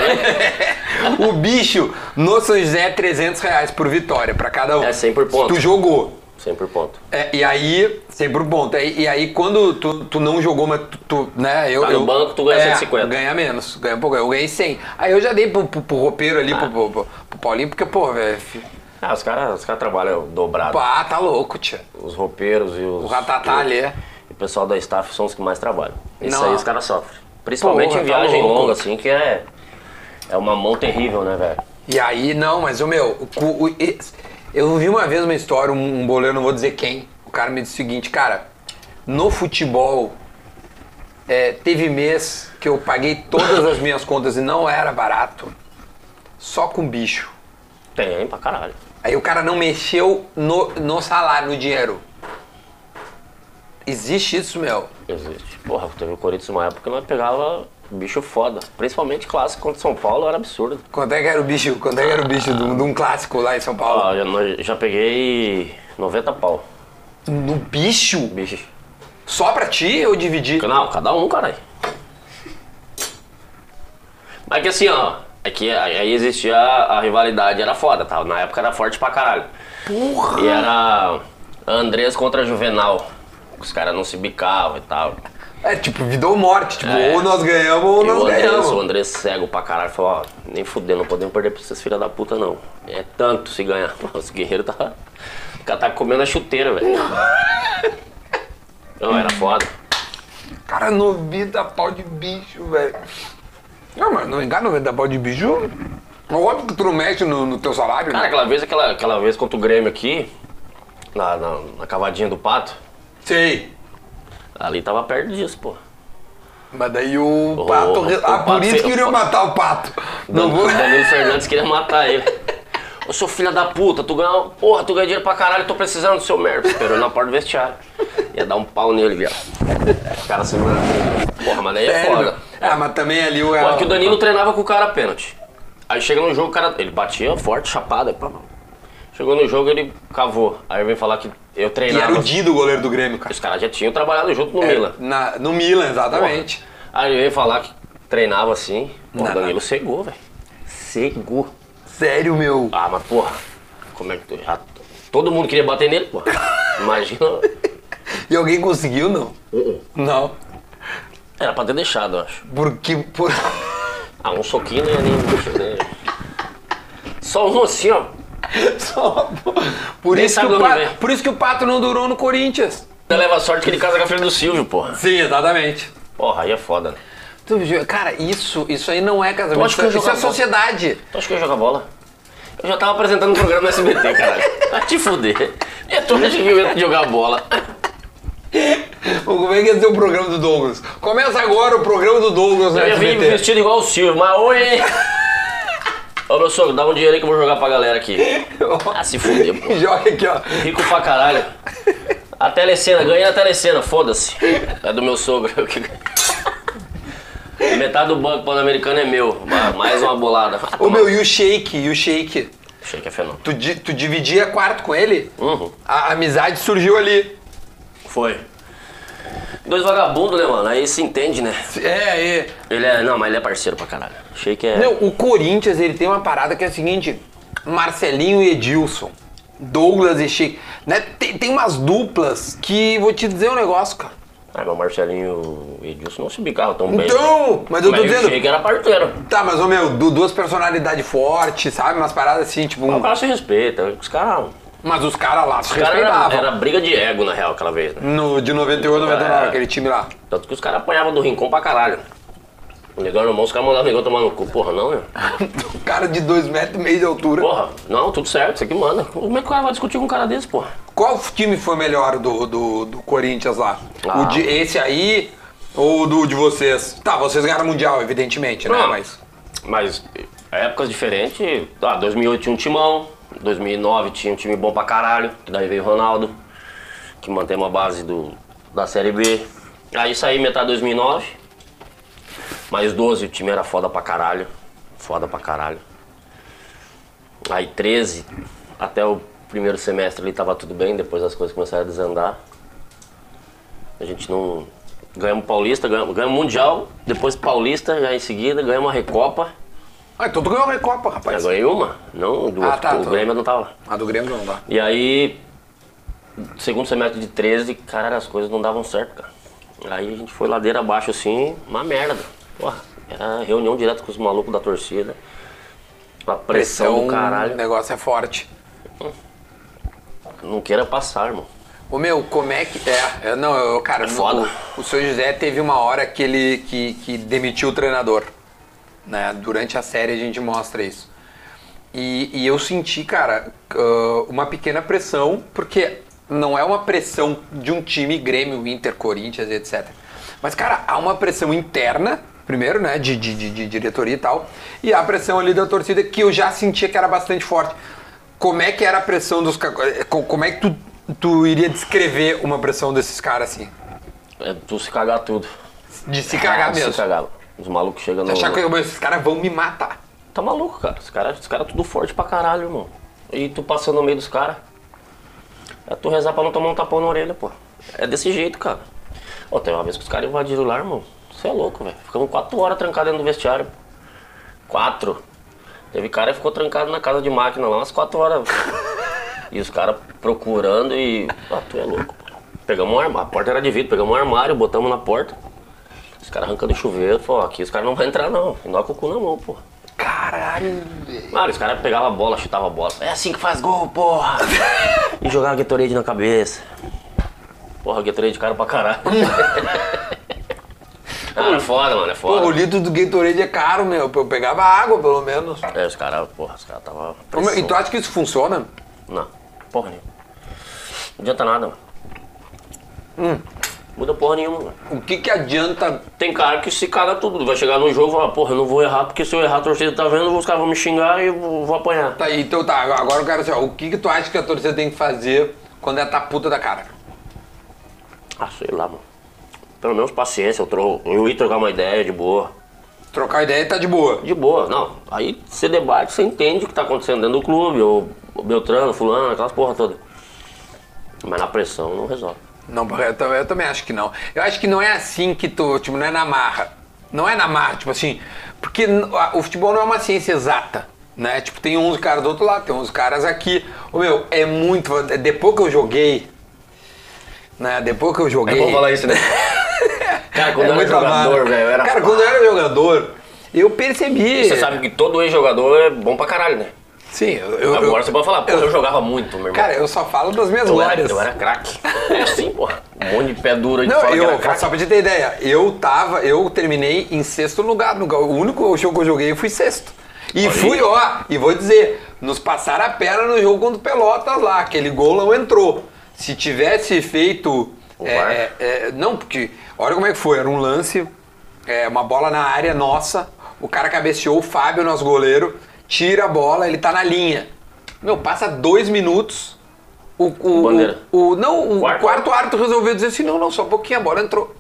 também.
o bicho no São José é 300 reais por vitória, pra cada um.
É 100 por ponto.
Tu jogou.
Sempre ponto.
É, e aí, sempre por ponto. É, E, e aí, quando tu, tu não jogou, mas tu, tu, né? Eu,
Tá no
eu-
banco, tu ganha
é,
150.
Ganha menos, ganha pouco. Eu ganhei 100. Aí eu já dei pro, pro, pro roupeiro ali, pro, pro- pro- pro Paulinho, porque, pô, velho. fi-
Ah, os caras os cara trabalham dobrado.
Pá, tá louco, tia.
Os roupeiros e os.
O ratatá ali é.
E o pessoal da staff são os que mais trabalham. Isso
Não.
aí os caras sofrem. Principalmente
Porra,
em
tá
viagem
louco.
longa, assim, que é. É uma mão terrível, né, velho?
E aí, não, mas o meu, o cu- o- e- eu vi uma vez uma história, um, um boleiro, não vou dizer quem, o cara me disse o seguinte, cara, no futebol é, teve mês que eu paguei todas as minhas contas e não era barato, só com bicho.
Tem pra caralho.
Aí o cara não mexeu no, no salário, no dinheiro. Existe isso, meu.
Existe. Porra, teve o Corinthians uma época que nós pegava bicho foda. Principalmente clássico contra São Paulo, era absurdo.
Quanto é que era o bicho? Quanto é que era o bicho de um, de um clássico lá em São Paulo?
Ó, eu nós- já peguei 90 pau.
No bicho?
Bicho.
Só pra ti eu dividi?
Não, cada um, caralho. Mas que assim, ó. É que aí existia a rivalidade, era foda, tá? Na época era forte pra caralho.
Porra!
E era Andrés contra Juvenal. Os caras não se bicavam e tal.
É tipo vida ou morte, tipo,
É.
ou nós ganhamos ou
E
nós
o Andrés, o
ganhamos.
Andrés cego pra caralho, falou, ó, nem fuder, não podemos perder pra vocês filha da puta, não. É tanto se ganhar. Pô, Os guerreiros tá... O cara tá comendo a chuteira, velho. Não, era foda.
Cara, 90 pau de bicho, velho. Não, mas não dá 90 pau de bicho. Óbvio que tu não mexe no, no teu salário,
Cara,
né?
aquela vez, aquela, aquela vez contra o Grêmio aqui, na, na, na cavadinha do pato,
Sei.
ali tava perto disso, pô.
Mas daí o pato.
o
re- ah,
pato
por isso
se-
que iriam
o
matar o pato. Não
Dan-
vou.
Danilo Fernandes queria matar ele. Ô, seu filho da puta, tu ganha. Porra, tu ganha dinheiro pra caralho, tô precisando do seu merda. Esperou na porta do vestiário. Ia dar um pau nele, viado. O cara segurando. ele. Porra, mas daí é
Sério, Ah. meu.
foda.
Ah, mas também ali o.
Só que o Danilo treinava com o cara pênalti. Aí chega no jogo, o cara. Ele batia forte, chapado. pá, pá. Chegou no jogo, ele cavou. Aí vem falar que eu
E era
treinava. assim.
o É. Dido, o goleiro do Grêmio, cara.
Os caras já tinham trabalhado junto no Milan.
Na- no Milan, exatamente.
Aí ele veio falar que treinava assim. Pô,
Não,
o Danilo cegou, velho. Cegou.
Sério, meu.
Ah, mas porra, como é que tu. já- todo mundo queria bater nele, porra. Imagina.
E alguém conseguiu, não? Não.
Era pra ter deixado, eu acho.
Porque. Por...
Ah, um soquinho não ia nem. né? Só um assim, ó.
Só- Por
Nem
isso, que
sabe
o
onde
pato,
vem.
por isso que o Pato não durou no Corinthians.
Ainda leva sorte que ele casa com a filha do Silvio, porra.
Sim, exatamente.
Porra, aí é foda, né?
Tu viu? Cara, isso, isso aí não é casamento.
Eu acho que eu
isso é
jogava-
sociedade.
Tu acha que eu ia jogar bola? Eu já tava apresentando um programa no SBT, caralho. Vai te fuder. E tu acha que eu ia jogar bola?
Ô, Como é que ia ser o programa do Douglas? Começa agora o programa do Douglas no
Eu ia vir
SBT.
vestido igual o Silvio, mas oi! Ô meu sogro, dá um dinheiro aí que eu vou jogar pra galera aqui. Ah, se fuder, pô.
Joga aqui, ó.
Rico pra caralho. A telecena, ganhei na telecena, foda-se. É do meu sogro. eu que ganho. Metade do banco pan-americano é meu. Ma- Mais uma bolada. Ah,
Ô
toma-
meu, e o shake? E o shake?
Achei que é fenômeno.
Tu, di- tu dividia quarto com ele?
Uhum.
A amizade surgiu ali.
Foi. Dois vagabundos, né, mano? Aí se entende, né?
É, é.
Ele é. Não, mas ele é parceiro pra caralho. Achei que é.
Meu, o Corinthians, ele tem uma parada que é a seguinte: Marcelinho e Edilson, Douglas e Chico. Né? Tem, tem umas duplas que vou te dizer um negócio, cara.
Ah, meu Marcelinho e Edilson não se bicavam tão bem. né?
Então, mas eu tô
Mas eu achei
dizendo.
que era parceiro.
Tá, mas ô meu, du- duas personalidades fortes, sabe? Umas paradas assim, tipo.
O
um-
cara se respeita. Os caras.
Mas os caras lá se
Os caras era,
respeitavam.
era briga de ego, na real, aquela vez, né?
No, de um 98, 99,
É.
aquele time lá.
Tanto que os caras apanhavam do rincão pra caralho. O negão na mão, os caras mandavam o negão tomar no cu. Porra, não, né?
O cara de dois metros e meio de altura.
Porra, não, tudo certo, isso aqui manda. Como é que o cara vai discutir com um cara desse, porra?
Qual time foi melhor do, do, do Corinthians lá?
Ah.
O de, esse aí ou do de vocês? Tá, vocês ganharam Mundial, evidentemente, né?
Não,
Mas.
Mas eh, épocas diferentes. Ah, 2008 tinha um timão, 2009 tinha um time bom pra caralho, que daí veio o Ronaldo, que mantém uma base do, da Série B. Aí saí metade de 2009, mais 12 o time era foda pra caralho, foda pra caralho. Aí 13, até o primeiro semestre ali tava tudo bem, depois as coisas começaram a desandar. A gente não. Ganhamos Paulista, ganhamos, ganhamos Mundial, depois Paulista, já em seguida ganhamos a Recopa.
Ah, então tu ganhou a Recopa,
Eu
rapaz.
ganhei uma, não duas.
Ah, tá,
o
tô-
Grêmio não tava.
A do Grêmio não dá.
E aí, segundo semestre de 13, cara, as coisas não davam certo, cara. Aí a gente foi ladeira abaixo assim, uma merda. Porra, era reunião direto com os malucos da torcida. A pressão, do
O
caralho.
negócio é forte.
Não queira passar, irmão.
Ô meu, como é que. É, é, não, eu, cara, no-
foda.
O, o seu José teve uma hora que ele que, que demitiu o treinador. Né? Durante a série a gente mostra isso. E, e eu senti, cara, ah, uma pequena pressão, porque não é uma pressão de um time Grêmio, Inter, Corinthians, etc. Mas, cara, há uma pressão interna, primeiro, né, de, de, de- de diretoria e tal, e a pressão ali da torcida que eu já sentia que era bastante forte. Como é que era a pressão dos. ca- eh, co- Como é que tu, tu iria descrever uma pressão desses caras assim?
É tu se cagar tudo.
De se cagar
Ah,
mesmo. Tá
Se cagar. Os malucos chegam no.
Achar
no-
que "Meu, esses caras vão me matar.
Tá maluco, cara. Os caras os cara tudo forte pra caralho, irmão. E tu passando no meio dos caras. É tu rezar pra não tomar um tapão na orelha, pô. É desse jeito, cara. Ó, tem uma vez que os caras invadiram lá, irmão. Você é louco, velho. Ficamos quatro horas trancados dentro do vestiário. pô. Quatro. Teve cara que ficou trancado na casa de máquina lá umas quatro horas. e os caras procurando e. Ah, tu é louco, pô. Pegamos um armário. A porta era de vidro, pegamos um armário, botamos na porta. Os caras arrancando o chuveiro, falou, aqui os caras não vão entrar não. E nós com o cu na mão, pô.
Caralho, velho.
Mano, os caras pegavam a bola, chutavam a bola. É assim que faz gol, porra! e jogava Gatorade na cabeça. Porra, Gatorade caro pra caralho. Não, é foda, mano, é
Pô, Hum. o
foda.
litro do Gatorade é caro, meu. Eu pegava água, pelo menos.
É, os caras, porra, os caras tava
Ô, meu, então-
pressão.
E tu acha que isso funciona?
Não, porra nenhuma. Não adianta nada, mano.
Hum.
Muda porra nenhuma, mano.
O que que adianta...
Tem cara que se caga tudo. Vai chegar num jogo e falar, porra, eu não vou errar, porque se eu errar a torcida tá vendo, os caras vão me xingar e eu vou vou apanhar.
Tá, então tá, agora eu quero saber. O que que tu acha que a torcida tem que fazer quando é tá puta da cara?
Ah, sei lá, mano. Pelo menos paciência, eu, tro... eu ia trocar uma ideia de boa.
Trocar ideia tá de boa.
De boa, não. Aí você debate, você entende o que tá acontecendo dentro do clube, ou o Beltrano, fulano, aquelas porra toda. Mas na pressão não resolve.
Não, eu, tam- eu também acho que não. Eu acho que não é assim que tu... Tipo, não é na marra. Não é na marra, tipo assim... Porque n- a- o futebol não é uma ciência exata. Né? Tipo, tem 11 caras do outro lado, tem 11 caras aqui. Ô, meu, é muito... Depois que eu joguei... Né? Depois que eu joguei...
isso, né? Cara, quando
É
eu era
muito
jogador,
amado.
velho, era.
Cara, quando eu era jogador, eu percebi.
Você sabe que todo ex-jogador é bom pra caralho, né?
Sim, eu. eu-
Agora
eu-
você pode falar, pô, eu, jogava muito, meu irmão.
Cara, eu só falo das minhas
eu, era,
glórias.
eu era craque. É assim, porra. Um monte de pé duro de
Não,
fora que era
eu,
craque.
só pra te ter ideia, eu tava, eu terminei em sexto lugar. No, ga- o único jogo que eu joguei eu fui sexto. E
Olha
fui,
aí.
ó, e vou dizer, nos passaram a perna no jogo contra o Pelotas lá, aquele gol não entrou. Se tivesse feito.
O
é,
VAR?
é, é, não, porque olha como é que foi, era um lance, é, uma bola na área nossa, o cara cabeceou, o Fábio, nosso goleiro, tira a bola, ele tá na linha. Meu, passa dois minutos. O, o,
Bandeira.
o, o- não, o quarto.
Quarto.
árbitro resolveu dizer assim: não, não, só um pouquinho, a bola entrou.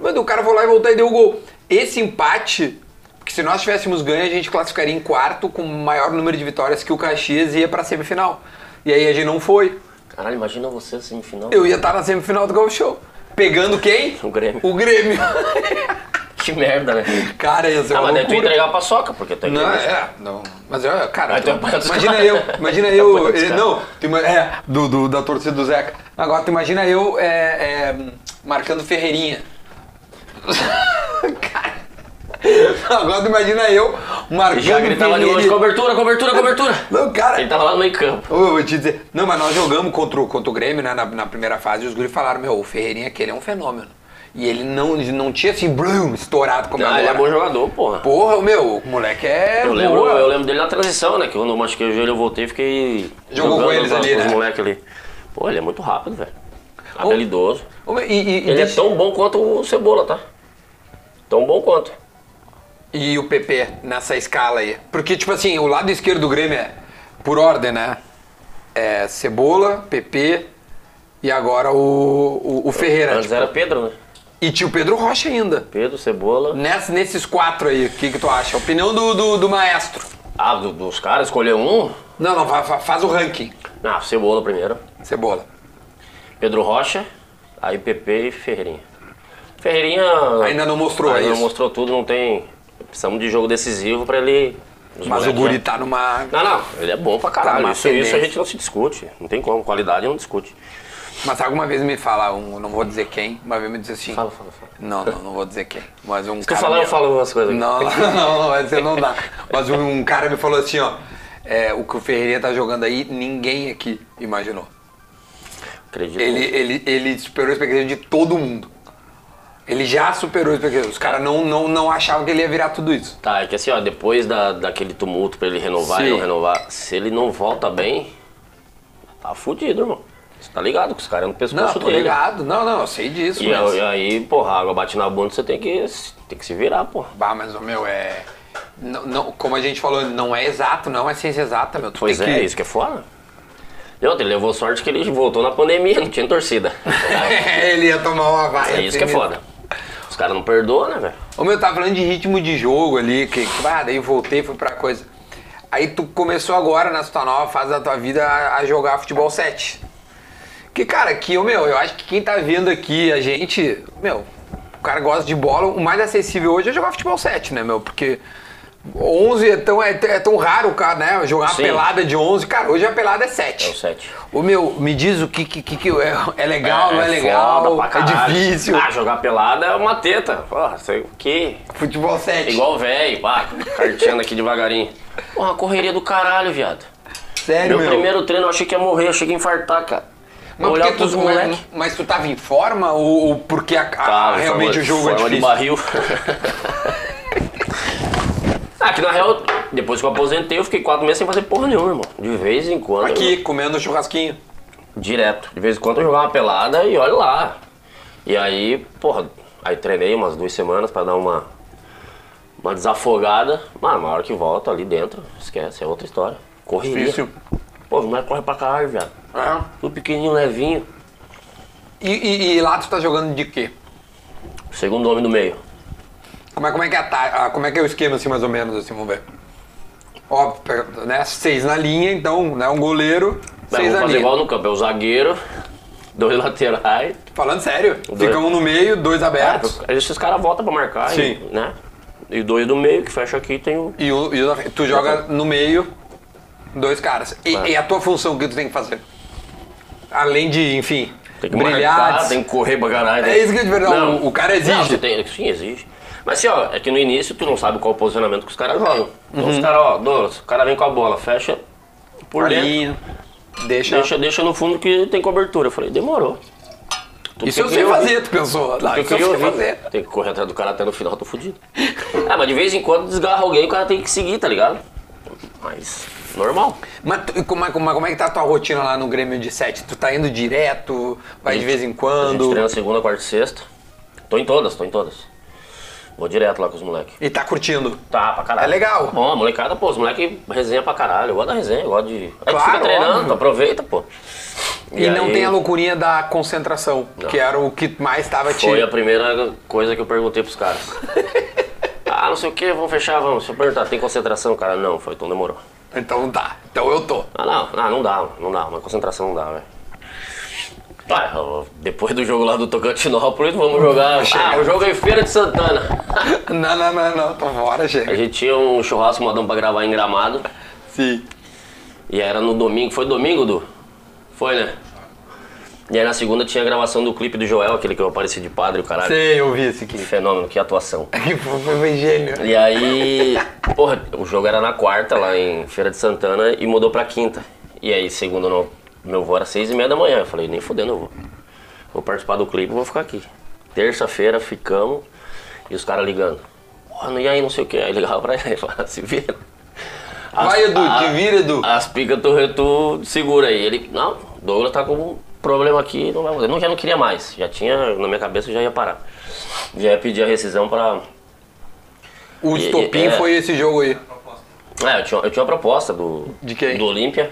Mas o cara foi lá e voltou e deu o gol. Esse empate, porque se nós tivéssemos ganho, a gente classificaria em quarto com o maior número de vitórias que o Caxias ia pra semifinal. E aí a gente não foi.
Caralho, imagina você assim na semifinal.
Eu ia estar na semifinal do Gol Show. Pegando quem?
O Grêmio.
O Grêmio.
Que merda, né?
Cara, ia ser
Ah,
uma
mas deve tu
loucura.
entregar a paçoca, porque tá
Não,
aqui.
é, não. Mas, ó, cara,
Mas
tu-
tem apoio dos
imagina
caras.
eu, imagina
Tem um
eu,
apoio dos
eh,
caras.
não, tu ima- é, do, do- da torcida do Zeca. Agora, tu imagina eu é, é, marcando Ferreirinha. Cara, Agora, tu imagina eu marcando
Já gritava de longe,
Ferreirinha.
cobertura, cobertura, cobertura.
Não, cara,
Ele tava lá no meio campo.
Ô, Eu vou te dizer. Não, mas nós jogamos contra o, contra o Grêmio, né? Na, na primeira fase, e os guris falaram, meu, o Ferreirinha aquele é um fenômeno. E ele não, ele não tinha assim, brum, estourado como
Ah, ele é bom
agora.
jogador, porra.
Porra, o meu, o moleque é
Eu lembro,
boa.
eu lembro dele na transição, né? Que quando eu machuquei o joelho, eu voltei e fiquei.
Jogou
jogando
com eles ali,
os
né?
moleques ali. Pô, ele é muito rápido, velho.
Ô,
Habilidoso.
Ô, meu, E, e- e
Ele é
deixa-
tão bom quanto o Cebola, tá? Tão bom quanto.
e o PP nessa escala aí? Porque, tipo assim, o lado esquerdo do Grêmio é, por ordem, né? É Cebola, PP e agora o, o, o Ferreira.
Antes era Pedro, né?
E tinha o Pedro Rocha ainda.
Pedro, Cebola.
Ness- nesses quatro aí, o que, que tu acha? Opinião do, do, do maestro.
Ah, do- dos caras, escolheu um?
Não, não, fa- fa- faz o ranking.
Não, Cebola primeiro.
Cebola.
Pedro Rocha, aí PP e Ferreirinha. Ferreirinha.
Ainda não mostrou
ainda
é
não
isso.
mostrou tudo, não tem. Precisamos de jogo decisivo pra ele. os
Mas o
moleques,
guri
né?
tá numa.
Não, não, ele é bom pra caralho.
Uma
Isso, isso a
tendência.
gente não se discute. Não tem como. Qualidade não discute.
Mas alguma vez me fala um, não vou dizer quem, uma vez me disse assim.
Fala, fala, fala.
Não, não, não vou dizer quem. Mas um Se
Tu falar, eu falo umas coisas. aqui.
Não, não, não, não, mas você não dá. Mas um, um cara me falou assim, ó. é, o que o Ferreirinha tá jogando aí, ninguém aqui imaginou.
Acredito.
Ele, ele, ele superou a expectativa de todo mundo. Ele já superou a expectativa. Os caras não, não, não achavam que ele ia virar tudo isso.
Tá, é que assim, ó, depois da, daquele tumulto pra ele renovar
Sim.
e não renovar, se ele não volta bem, tá fudido, irmão. Você tá ligado que os caras é no
Não,
pescoço
tô
dele.
ligado. Não, não, eu sei disso.
E, é.
mas...
aí- aí, porra, a água bate na bunda, você tem que, tem que se virar, porra.
Bah, mas, ô, meu, é... Não, não- como a gente falou, não é exato, não é ciência exata, meu. Tu
Pois
tem
é,
que...
isso que é foda. E outra, ele levou sorte que ele voltou na pandemia, não tinha torcida.
ele ia tomar uma vaia.
É isso que é
assim, né?
foda. Os caras não perdoam, né, velho?
Ô, meu, eu tava falando de ritmo de jogo ali, que, que ah, daí eu voltei, fui pra coisa. Aí tu começou agora, nessa tua nova fase da tua vida, a, a jogar futebol 7. Que, cara, que, ô, meu, eu acho que quem tá vendo aqui, a gente, meu, o cara gosta de bola, o mais acessível hoje é jogar futebol 7, né, meu? Porque 11 é tão, é, t- é tão raro, o cara, né? Jogar uma
Sim.
pelada de 11, cara, hoje a pelada é
É
7.
o 7.
Ô meu, me diz o que, que, que, que é, é legal, não é
foda
legal,
pra
é
caralho.
difícil.
Ah, jogar pelada é uma teta. Porra, sei o quê? É
Futebol 7,
Igual velho, pá, carteando aqui devagarinho. Porra, correria do caralho, viado.
sério,
Meu,
meu.
primeiro treino eu achei que ia morrer, eu achei que ia infartar, cara.
Mas,
Olhar
porque
pros
tu,
moleques.
mas, mas tu tava em forma ou, ou porque a- a-
Tá,
realmente
forma-
o jogo é
forma de
difícil?
barril. ah, que na real, depois que eu aposentei, eu fiquei quatro meses sem fazer porra nenhuma, irmão. De vez em quando.
Aqui, comendo churrasquinho.
eu- direto. De vez em quando eu jogava uma pelada e olha lá. E aí, porra, aí treinei umas duas semanas pra dar uma. Uma desafogada. Mano, na hora que volta ali dentro, esquece, é outra história. Correria.
Difícil.
Pô, os moleques correm pra caralho, viado.
Ah.
Tudo pequenininho, levinho.
E, e- e lá tu tá jogando de quê?
Segundo homem do meio.
Como é, como é que é a ta- ah, como é que é o esquema, assim, mais ou menos, assim, vamos ver. Ó, pega- né, seis na linha, então, né, um goleiro,
Não,
seis
vamos
na
fazer
linha.
igual no campo. É o zagueiro, dois laterais.
Falando sério,
Dois.
fica um no meio, dois abertos.
Às vezes os caras voltam pra marcar,
Sim.
E, né? E dois do meio que fecha aqui tem o.
E, o- e o da frente. tu joga no meio, dois caras. E,
É.
e a tua função, o que tu tem que fazer? Além de, enfim,
Tem que
brilhar.
marcar, tem que correr pra caralho. né?
É isso que eu te pergunto, o- o cara exige.
Não, você tem- sim, exige. Mas assim, ó, é que no início tu não sabe qual o posicionamento que os caras jogam. Então
Uhum.
os caras, ó, Douglas, o cara vem com a bola, fecha por dentro,
Bolinha, Deixa.
deixa, deixa no fundo que tem cobertura. Eu falei, demorou. Tu
Isso eu sei
queria ouvir.
fazer, tu pensou. Não,
Eu
isso eu sei
queria ouvir.
fazer.
Tem que correr atrás do cara até no final, tô fudido. ah, mas de vez em quando desgarra alguém, o cara tem que seguir, tá ligado? Mas, normal.
Mas tu- e como, é- como é- como é que tá a tua rotina lá no Grêmio de 7? Tu tá indo direto, vai de vez em
A gente
quando.
treina segunda, quarta e sexta. Tô em todas, tô em todas. Vou direto lá com os moleques.
E tá curtindo.
Tá, pra caralho.
É legal.
Bom, a molecada, pô, os moleques resenha pra caralho. Eu gosto da resenha, eu gosto de. Aí tu fica
Claro,
treinando,
óbvio.
tu aproveita, pô.
E, não
aí
tem a loucurinha da concentração, que era o que mais tava te.
Foi a primeira coisa que eu perguntei pros caras. ah, não sei o que, vamos fechar, vamos. Se eu perguntar, tem concentração, cara? Não, foi, então demorou.
Então tá. Então eu tô.
Ah, não, não, não dá, não dá, uma concentração não dá, velho. Ah, eu- depois do jogo lá do Tocantinópolis, vamos jogar. Ah, o jogo é em Feira de Santana.
Não, não, não, não. Tô fora,
A
chega.
gente tinha um churrasco modão pra gravar em gramado.
Sim.
E era no domingo, foi domingo, Du? Foi, né? E aí na segunda tinha a gravação do clipe do Joel, aquele que eu apareci de padre, o caralho.
Sei, eu vi esse
Que
aqui.
fenômeno, que atuação.
Que foi, foi gênio.
E aí, porra, o jogo era na quarta lá em Feira de Santana e mudou pra quinta. E aí, segundo no- meu voo era seis e meia da manhã. Eu falei, nem fudendo eu vou. Vou participar do clipe, vou ficar aqui. Terça-feira ficamos e os caras ligando. Porra, não- e aí, não sei o que. Aí ligava pra ele, falava, se vira. As-
Vai, Edu,
a-
te vira, Edu.
As picas tu, tu segura aí. Ele, não, Douglas tá com um problema aqui, não vai fazer. Não, já não queria mais. Já tinha, na minha cabeça, eu já ia parar. Já ia pedir a rescisão pra,
O
E-
estopim
é.
foi esse jogo aí.
É, eu tinha, eu tinha uma proposta do.
De quem?
Do Olímpia.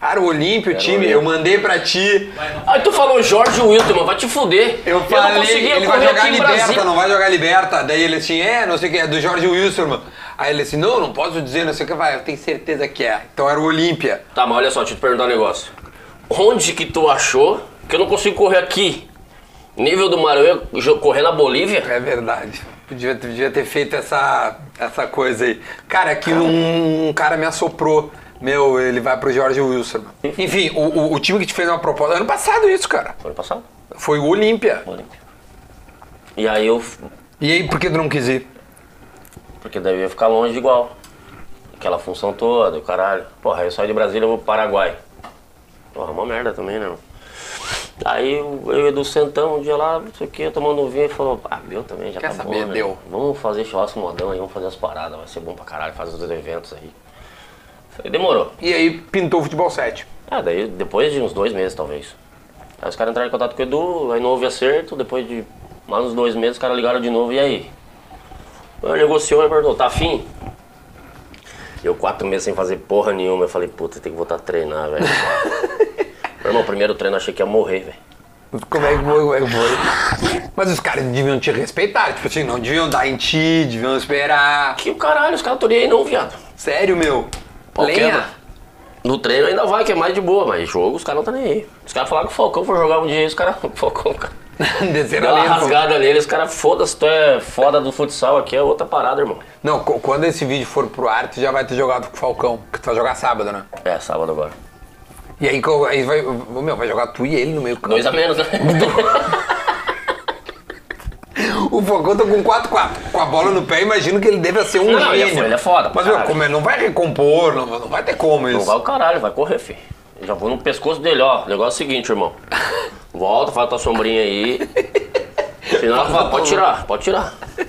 Cara, o Olímpio, o time,
Olímpio.
eu mandei pra ti.
Aí tu falou Jorge Wilton, mano, vai te fuder.
Eu
não
falei,
conseguia
ele vai
correr
jogar
aqui em
liberta,
Brasília.
não vai jogar liberta. Daí ele assim, é, não sei o que, é do Jorge Wilson, mano. Aí ele assim, não, não posso dizer, não sei o que, vai, eu tenho certeza que é. Então era o Olímpia.
Tá, mas olha só, deixa eu te perguntar um negócio. Onde que tu achou que eu não consigo correr aqui? Nível do Maranhão, jo- correr na Bolívia?
É verdade. Podia, devia ter feito essa, essa coisa aí. Cara, que um, um cara me assoprou. Meu, ele vai pro Jorge Wilson. mano. Enfim, o, o- o time que te fez uma proposta. Ano passado isso, cara.
Foi ano passado?
Foi o Olímpia.
Olímpia. E aí eu.
E aí, por que tu não quis ir?
Porque daí eu ia ficar longe igual. Aquela função toda, o caralho. Porra, aí eu saio de Brasília e vou pro Paraguai. Porra, uma merda também, né? mano? Aí o- eu e o Edu sentamos um dia lá, não sei o que, tomando um vinho e falou, ah, meu também, já
Quer
tá
saber,
bom, né?
deu.
Vamos fazer churrasco modão aí, vamos fazer as paradas, vai ser bom pra caralho, fazer os eventos aí. Falei, demorou.
E aí, pintou o futebol 7.
Ah, daí depois de uns dois meses, talvez. Aí os caras entraram em contato com o Edu, aí não houve acerto, depois de mais uns dois meses os caras ligaram de novo, e aí? Aí negociou e perguntou, tá afim? Eu quatro meses sem fazer porra nenhuma, eu falei, puta, tem que voltar a treinar, velho. Meu irmão, primeiro treino eu achei que ia morrer, velho.
Como é que foi? Como é que foi? Mas os caras deviam te respeitar, tipo assim, não deviam dar em ti, deviam esperar.
Que o caralho, os caras não tão nem aí não, viado.
Sério, meu.
Pô, quebra.
Lenha.
No treino ainda vai, que é mais de boa, mas jogo os caras não tá nem aí. Os caras falaram que o Falcão foi jogar um dia aí, os caras. O Falcão, cara.
Descer
Deu
a
uma
lenha. pô.
rasgada nele, os caras, foda-se, tu é foda do futsal aqui, é outra parada, irmão.
Não, co- quando esse vídeo for pro ar, tu já vai ter jogado com o Falcão, que tu vai jogar sábado, né?
É, sábado agora.
E aí, co- aí vai, ô, meu, vai jogar tu e ele no meio campo.
Dois a menos, né?
O Falcão tá com 4x4. Com a bola no pé, imagino que ele deve ser um
Não, não, ele é
gênio.
foda, ele é foda,
Mas, meu,
caralho.
como ele não vai recompor, não, não vai ter como
Não
isso.
vai o caralho, vai correr, filho. Eu Já vou no pescoço dele, ó. O negócio é o seguinte, irmão. Volta, faz tua sombrinha aí. Final, fala, pode tirar, pode tirar.
Tá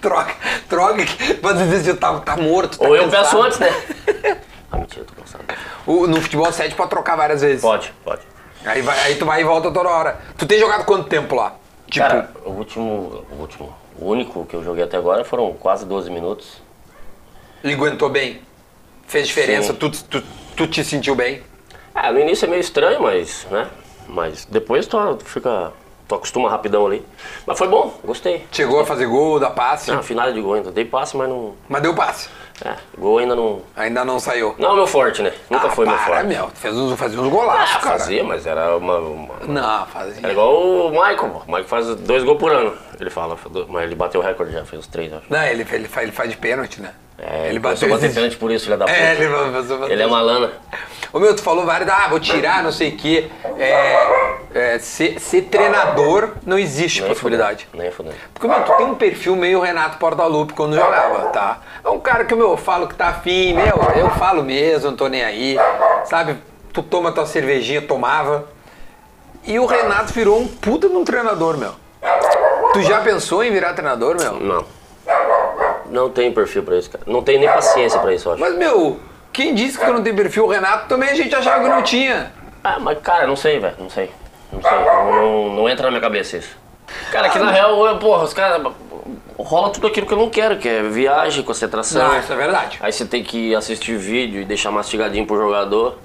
Troca, troca. que- Mas às vezes tá, tá morto, tá
Ou eu
cansado.
peço antes, né? Ah, mentira, eu tô cansado.
O- no futebol 7 pode trocar várias vezes.
Pode, pode.
Aí, vai, aí tu vai e volta toda hora. Tu tem jogado quanto tempo lá? Tipo,
Cara, o último, o último, o único que eu joguei até agora foram quase 12 minutos.
ele aguentou bem? Fez diferença?
Sim.
Tu, tu, tu te sentiu bem?
Ah, no início é meio estranho, mas, né? Mas depois tu fica, tu acostuma rapidão ali. Mas foi bom, gostei.
Chegou a fazer gol, dar passe?
Ah, final de gol ainda, dei passe, mas não,
Mas deu passe.
É, gol ainda não.
Ainda não saiu.
Não é meu forte, né? Nunca
Ah,
foi meu
para,
forte.
meu. Tu fez uns, fazia uns
Ah,
golaços, cara.
fazia, mas era uma. uma-
Não, fazia.
Era igual o Michael, pô. O Michael faz dois gols por ano. Ele fala, mas ele bateu o recorde já, fez os três, acho.
Não, ele, ele, faz, ele faz de pênalti, né?
É,
ele bateu
começou a bater
esses-
pênalti por isso, filha da puta.
É, ele bateu
Ele é uma lana.
Ô meu, tu falou várias, ah, vou tirar, não sei o quê. É, é, ser, ser treinador não existe
Nem
possibilidade.
fudendo, Nem fudendo.
Porque, meu, tu tem um perfil meio Renato Portaluppi quando jogava, tá? É um cara que, meu, eu falo que tá afim, meu, eu falo mesmo, não tô nem aí, sabe? Tu toma tua cervejinha, tomava. E o Renato virou um puta de um treinador, meu. Tu já pensou em virar treinador, meu?
Não. Não tem perfil pra isso, cara. Não tem nem paciência pra isso, eu acho.
Mas, meu, quem disse que tu não tem perfil? O Renato também a gente achava que não tinha.
Ah, mas cara, não sei, velho. Não sei. Não sei. Não, não- não entra na minha cabeça isso. Cara, que na real, eu, porra, os caras. rola tudo aquilo que eu não quero, que é viagem, concentração.
Não, isso é verdade.
Aí você tem que assistir vídeo e deixar mastigadinho pro jogador.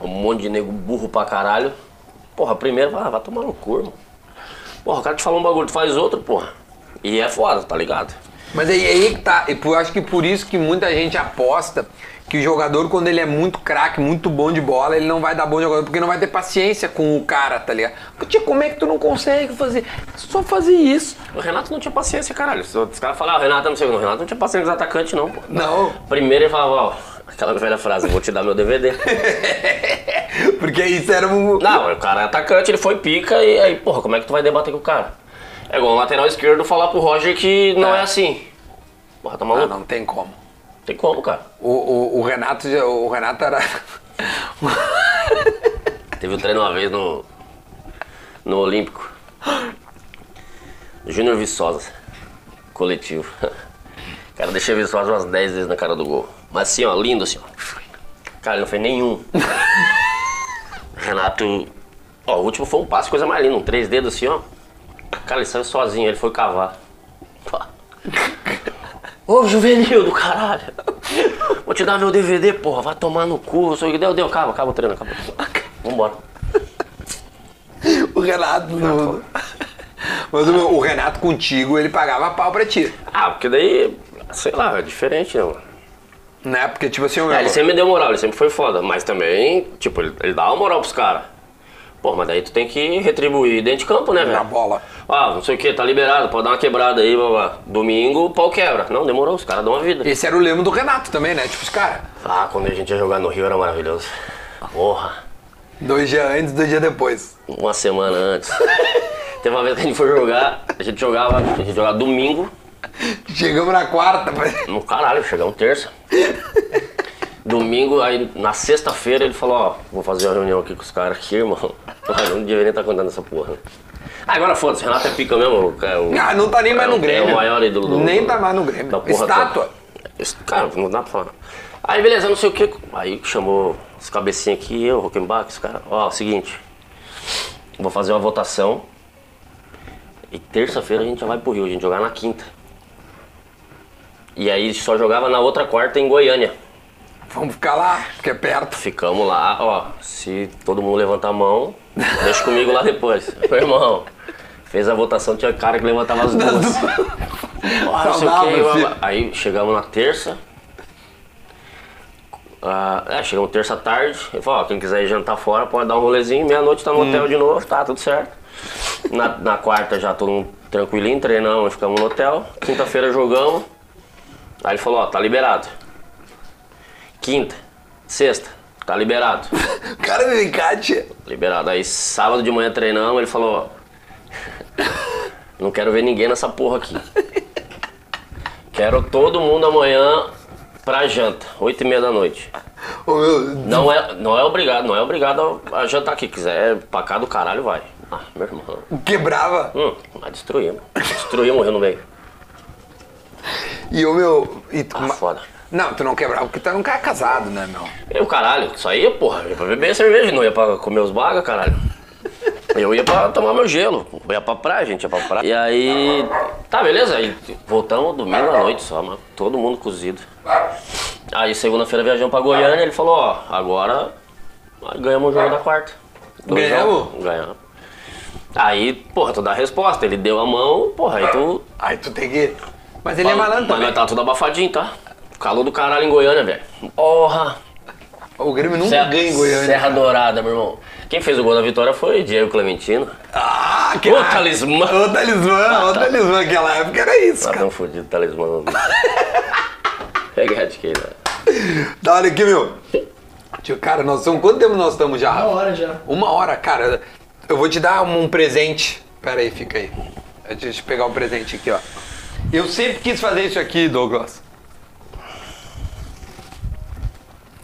Um monte de nego burro pra caralho. Porra, primeiro, vai, vai tomar no cu, irmão. Porra, o cara te fala um bagulho, tu faz outro, porra. E é foda, tá ligado?
Mas aí, aí que tá. E por- acho que por isso que muita gente aposta que o jogador, quando ele é muito craque, muito bom de bola, ele não vai dar bom jogador, porque não vai ter paciência com o cara, tá ligado? Porque como é que tu não consegue fazer? Só fazer isso.
O Renato não tinha paciência, caralho. Se Os caras falavam, ah, o Renato não sei o que. O Renato não tinha paciência dos atacantes, não, pô.
Não.
Primeiro ele falava, ó, aquela velha frase, vou te dar meu DVD.
Porque isso era um.
Não, o cara é atacante, ele foi pica e aí, porra, como é que tu vai debater com o cara? É igual o lateral esquerdo falar pro Roger que não é,
É.
assim. Porra, tá maluco?
Ah, Não, não tem como.
Tem como, cara.
O, o, o Renato, já- o Renato era.
Teve um treino uma vez no. no Olímpico. Júnior Viçosa. Coletivo. Cara, eu deixei o Viçosa umas 10 vezes na cara do gol. Mas assim, ó, lindo assim, ó. Cara, ele não fez nenhum. Renato. Ó, o último foi um passe, coisa mais linda, um três dedos assim, ó. Cara, ele saiu sozinho, ele foi cavar. Pá. Ô, juvenil do caralho! Vou te dar meu DVD, porra, vai tomar no cu, sou deu, deu, acaba, acaba o treino, acaba. Vambora.
O Renato. No... Mas o, o Renato contigo, ele pagava pau pra ti.
Ah, porque daí, sei lá, é diferente, né, mano?
Né? Porque, tipo assim, o
É, ele sempre me deu moral, ele sempre foi foda, mas também, tipo, ele, ele dá uma moral pros caras. Pô, mas daí tu tem que retribuir dentro de campo, né,
na
velho?
bola.
Ah, não sei o que, tá liberado, pode dar uma quebrada aí, blá, blá. Domingo, o pau quebra. Não, demorou, os caras dão uma vida.
Esse era o lema do Renato também, né? Tipo, os caras,
Ah, quando a gente ia jogar no Rio era maravilhoso. Porra.
dois dias antes, dois dias depois.
uma semana antes. Teve uma vez que a gente foi jogar, a gente jogava, a gente jogava domingo,
Chegamos na quarta, mas...
no caralho, chegamos terça. Domingo, aí na sexta-feira ele falou, ó, vou fazer uma reunião aqui com os caras aqui, irmão. Eu não deveria estar contando essa porra. né? Ah, agora foda-se, Renato é pica mesmo. cara, o-
Ah, não tá nem mais
é o-
no Grêmio.
É o maior ídolo do
Nem tá mais no Grêmio.
da porra
Estátua.
toda. Isso, Cara, não dá pra falar. Aí beleza, não sei o que. Aí chamou os cabecinhos aqui, eu, Rock'n'Bach, os caras. Ó, seguinte. Vou fazer uma votação. E terça-feira a gente já vai pro Rio, a gente jogar na quinta. E aí só jogava na outra quarta em Goiânia.
Vamos ficar lá, porque é perto.
Ficamos lá, ó. Se todo mundo levantar a mão, deixa comigo lá depois. Meu irmão, fez a votação, tinha cara que levantava as duas. Ah, não sei o
Saudável,
quê, blá,
filho.
blá. Aí chegamos na terça. Ah, é, chegamos terça à tarde. Ele falou, ó, quem quiser ir jantar fora pode dar um rolezinho. Meia-noite tá no hotel
Hum.
de novo, tá tudo certo. Na, na quarta já todo mundo tranquilinho, treinamos, ficamos no hotel. Quinta-feira jogamos. Aí ele falou, ó, tá liberado. Quinta, sexta, tá liberado.
Cara, vem cá, tia.
Liberado. Aí sábado de manhã treinamos, ele falou, ó. Não quero ver ninguém nessa porra aqui. Quero todo mundo amanhã pra janta, oito e meia da noite.
Ô, meu,
Não é, não é obrigado, não é obrigado a, a jantar aqui. Quiser pra cá do caralho, vai. Ah, meu irmão.
quebrava.
Hum, mas destruímos. Destruímos o Rio no meio.
E o meu... E tu-
Ah,
ma-
foda.
Não, tu não quebrava, porque tu era um cara casado, né, meu?
Eu, caralho, isso aí, porra, eu ia pra beber cerveja, não ia pra comer os bagas, caralho. Eu ia pra tomar meu gelo, eu ia pra praia, gente, ia pra praia. E aí, tá, beleza, aí voltamos domingo à noite só, mano, todo mundo cozido. Aí segunda-feira viajamos pra Goiânia, ele falou, ó, agora ganhamos o jogo da quarta. Dois
Ganhamos?
jogos, Ganhamos. Aí, porra, tu dá a resposta, ele deu a mão, porra, aí tu...
Aí tu tem que... Mas ele é
Mas
malandro também.
nós tá tudo abafadinho, tá? Calor do caralho em Goiânia, velho. Porra!
O Grêmio nunca
Serra,
ganha em Goiânia.
Serra Dourada, meu irmão. Quem fez o gol da vitória foi Diego Clementino.
Ah, que...
Ô, tá- talismã!
Ô, talismã, ô, talismã. Aquela época era isso,
Tá
cara.
tão fodido, talismã. Pega a de quem, né?
Dá olha aqui, meu. Tio, cara, nós somos... Quanto tempo nós estamos já?
Uma hora já.
Uma hora, cara. Eu vou te dar um presente. Pera aí, fica aí. Deixa eu pegar um presente aqui, ó. Eu sempre quis fazer isso aqui, Douglas.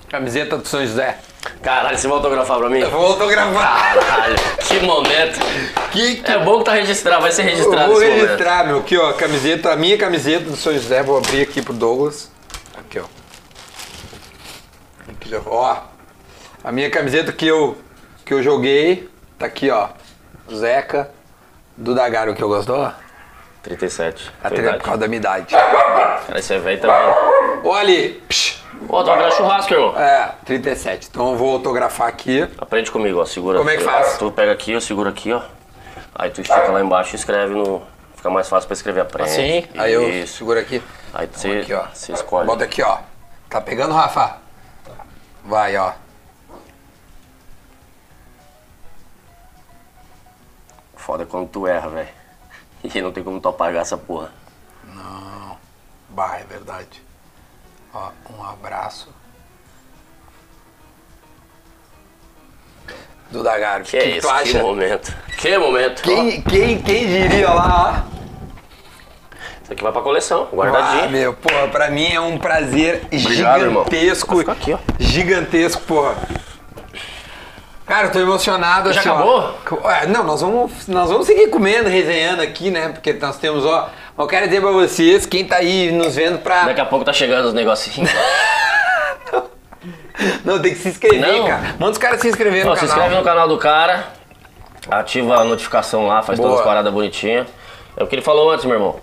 Camiseta do São José.
Caralho, você vai autografar pra mim?
Eu vou autografar.
Caralho, que momento.
Ah, Que que
É bom que tá registrado, vai ser
eu
registrado
vou
esse momento.
registrar, meu. Aqui, ó. Camiseta, a minha camiseta do São José. Vou abrir aqui pro Douglas. Aqui, ó. Aqui, ó. ó. A minha camiseta que eu, que eu joguei. Tá aqui, ó. Zeca. Do Dagaro, que eu gostou?
37.
Até
Tua idade.
por causa da minha idade.
Cara, Você é velho também.
Ô, Ali. psh,
Ô, tu vai virar churrasco, irmão.
É, 37. Então eu vou autografar aqui.
Aprende comigo, ó. Segura.
Como é que
aqui, ó.
faz?
Tu pega aqui, eu seguro aqui, ó. Aí tu estica lá embaixo e escreve no. Fica mais fácil pra escrever a prenda.
Assim?
Ah, Aí eu
Isso.
seguro aqui.
Aí
Aqui, ó.
você escolhe.
Bota aqui, ó. Tá pegando, Rafa? Vai, ó.
Foda quando tu erra, velho. E não tem como tu apagar essa porra.
Barra, é verdade. Ó, um abraço. Duda Garbi, o
Que,
que,
é
que
isso?
tu
Que
acha?
momento. Que momento.
Quem, quem, quem diria lá? ó?
Ó, Isso aqui vai pra coleção,
Ah,
guardadinho.
meu, porra, pra mim é um prazer
Obrigado, irmão.
gigantesco.
Vai ficar aqui,
Gigantesco, porra. Cara, eu tô emocionado.
Já
assim, ó.
acabou?
É, Não, nós vamos, nós vamos seguir comendo, resenhando aqui, né? Porque nós temos, ó... Eu quero dizer pra vocês, quem tá aí nos vendo pra...
Daqui a pouco tá chegando os negocinhos.
Não, tem que se inscrever,
Não.
cara. Manda os caras se inscrever
Ó,
no
se
canal.
inscreve no canal do cara, ativa a notificação lá, faz
Boa.
todas as paradas bonitinhas. É o que ele falou antes, meu irmão.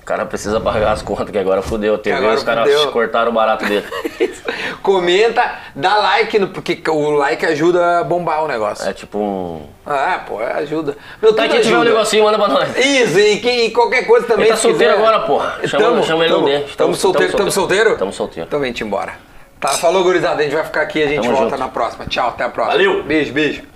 O cara precisa pagar as contas, que agora fudeu. TV,
agora
os caras
fudeu.
cortaram o barato dele.
Comenta, dá like, no, porque o like ajuda a bombar o negócio.
É tipo um.
Ah, pô, ajuda. Meu,
Tá,
tudo
quem tiver um
ajuda.
negocinho, manda pra nós.
Isso, e, quem- e qualquer coisa também.
Ele tá
se
solteiro
quiser.
agora, porra. Chama-
Tamo,
chama ele
tamo,
no dente.
Tamo,
Tamo
solteiro, tamo
solteiro.
solteiro?
Tamo solteiro.
Então vem te embora. Tá, falou, gurizada. A gente vai ficar aqui, a gente
Tamo
volta
junto.
na próxima. Tchau, até a próxima.
Valeu.
Beijo, beijo.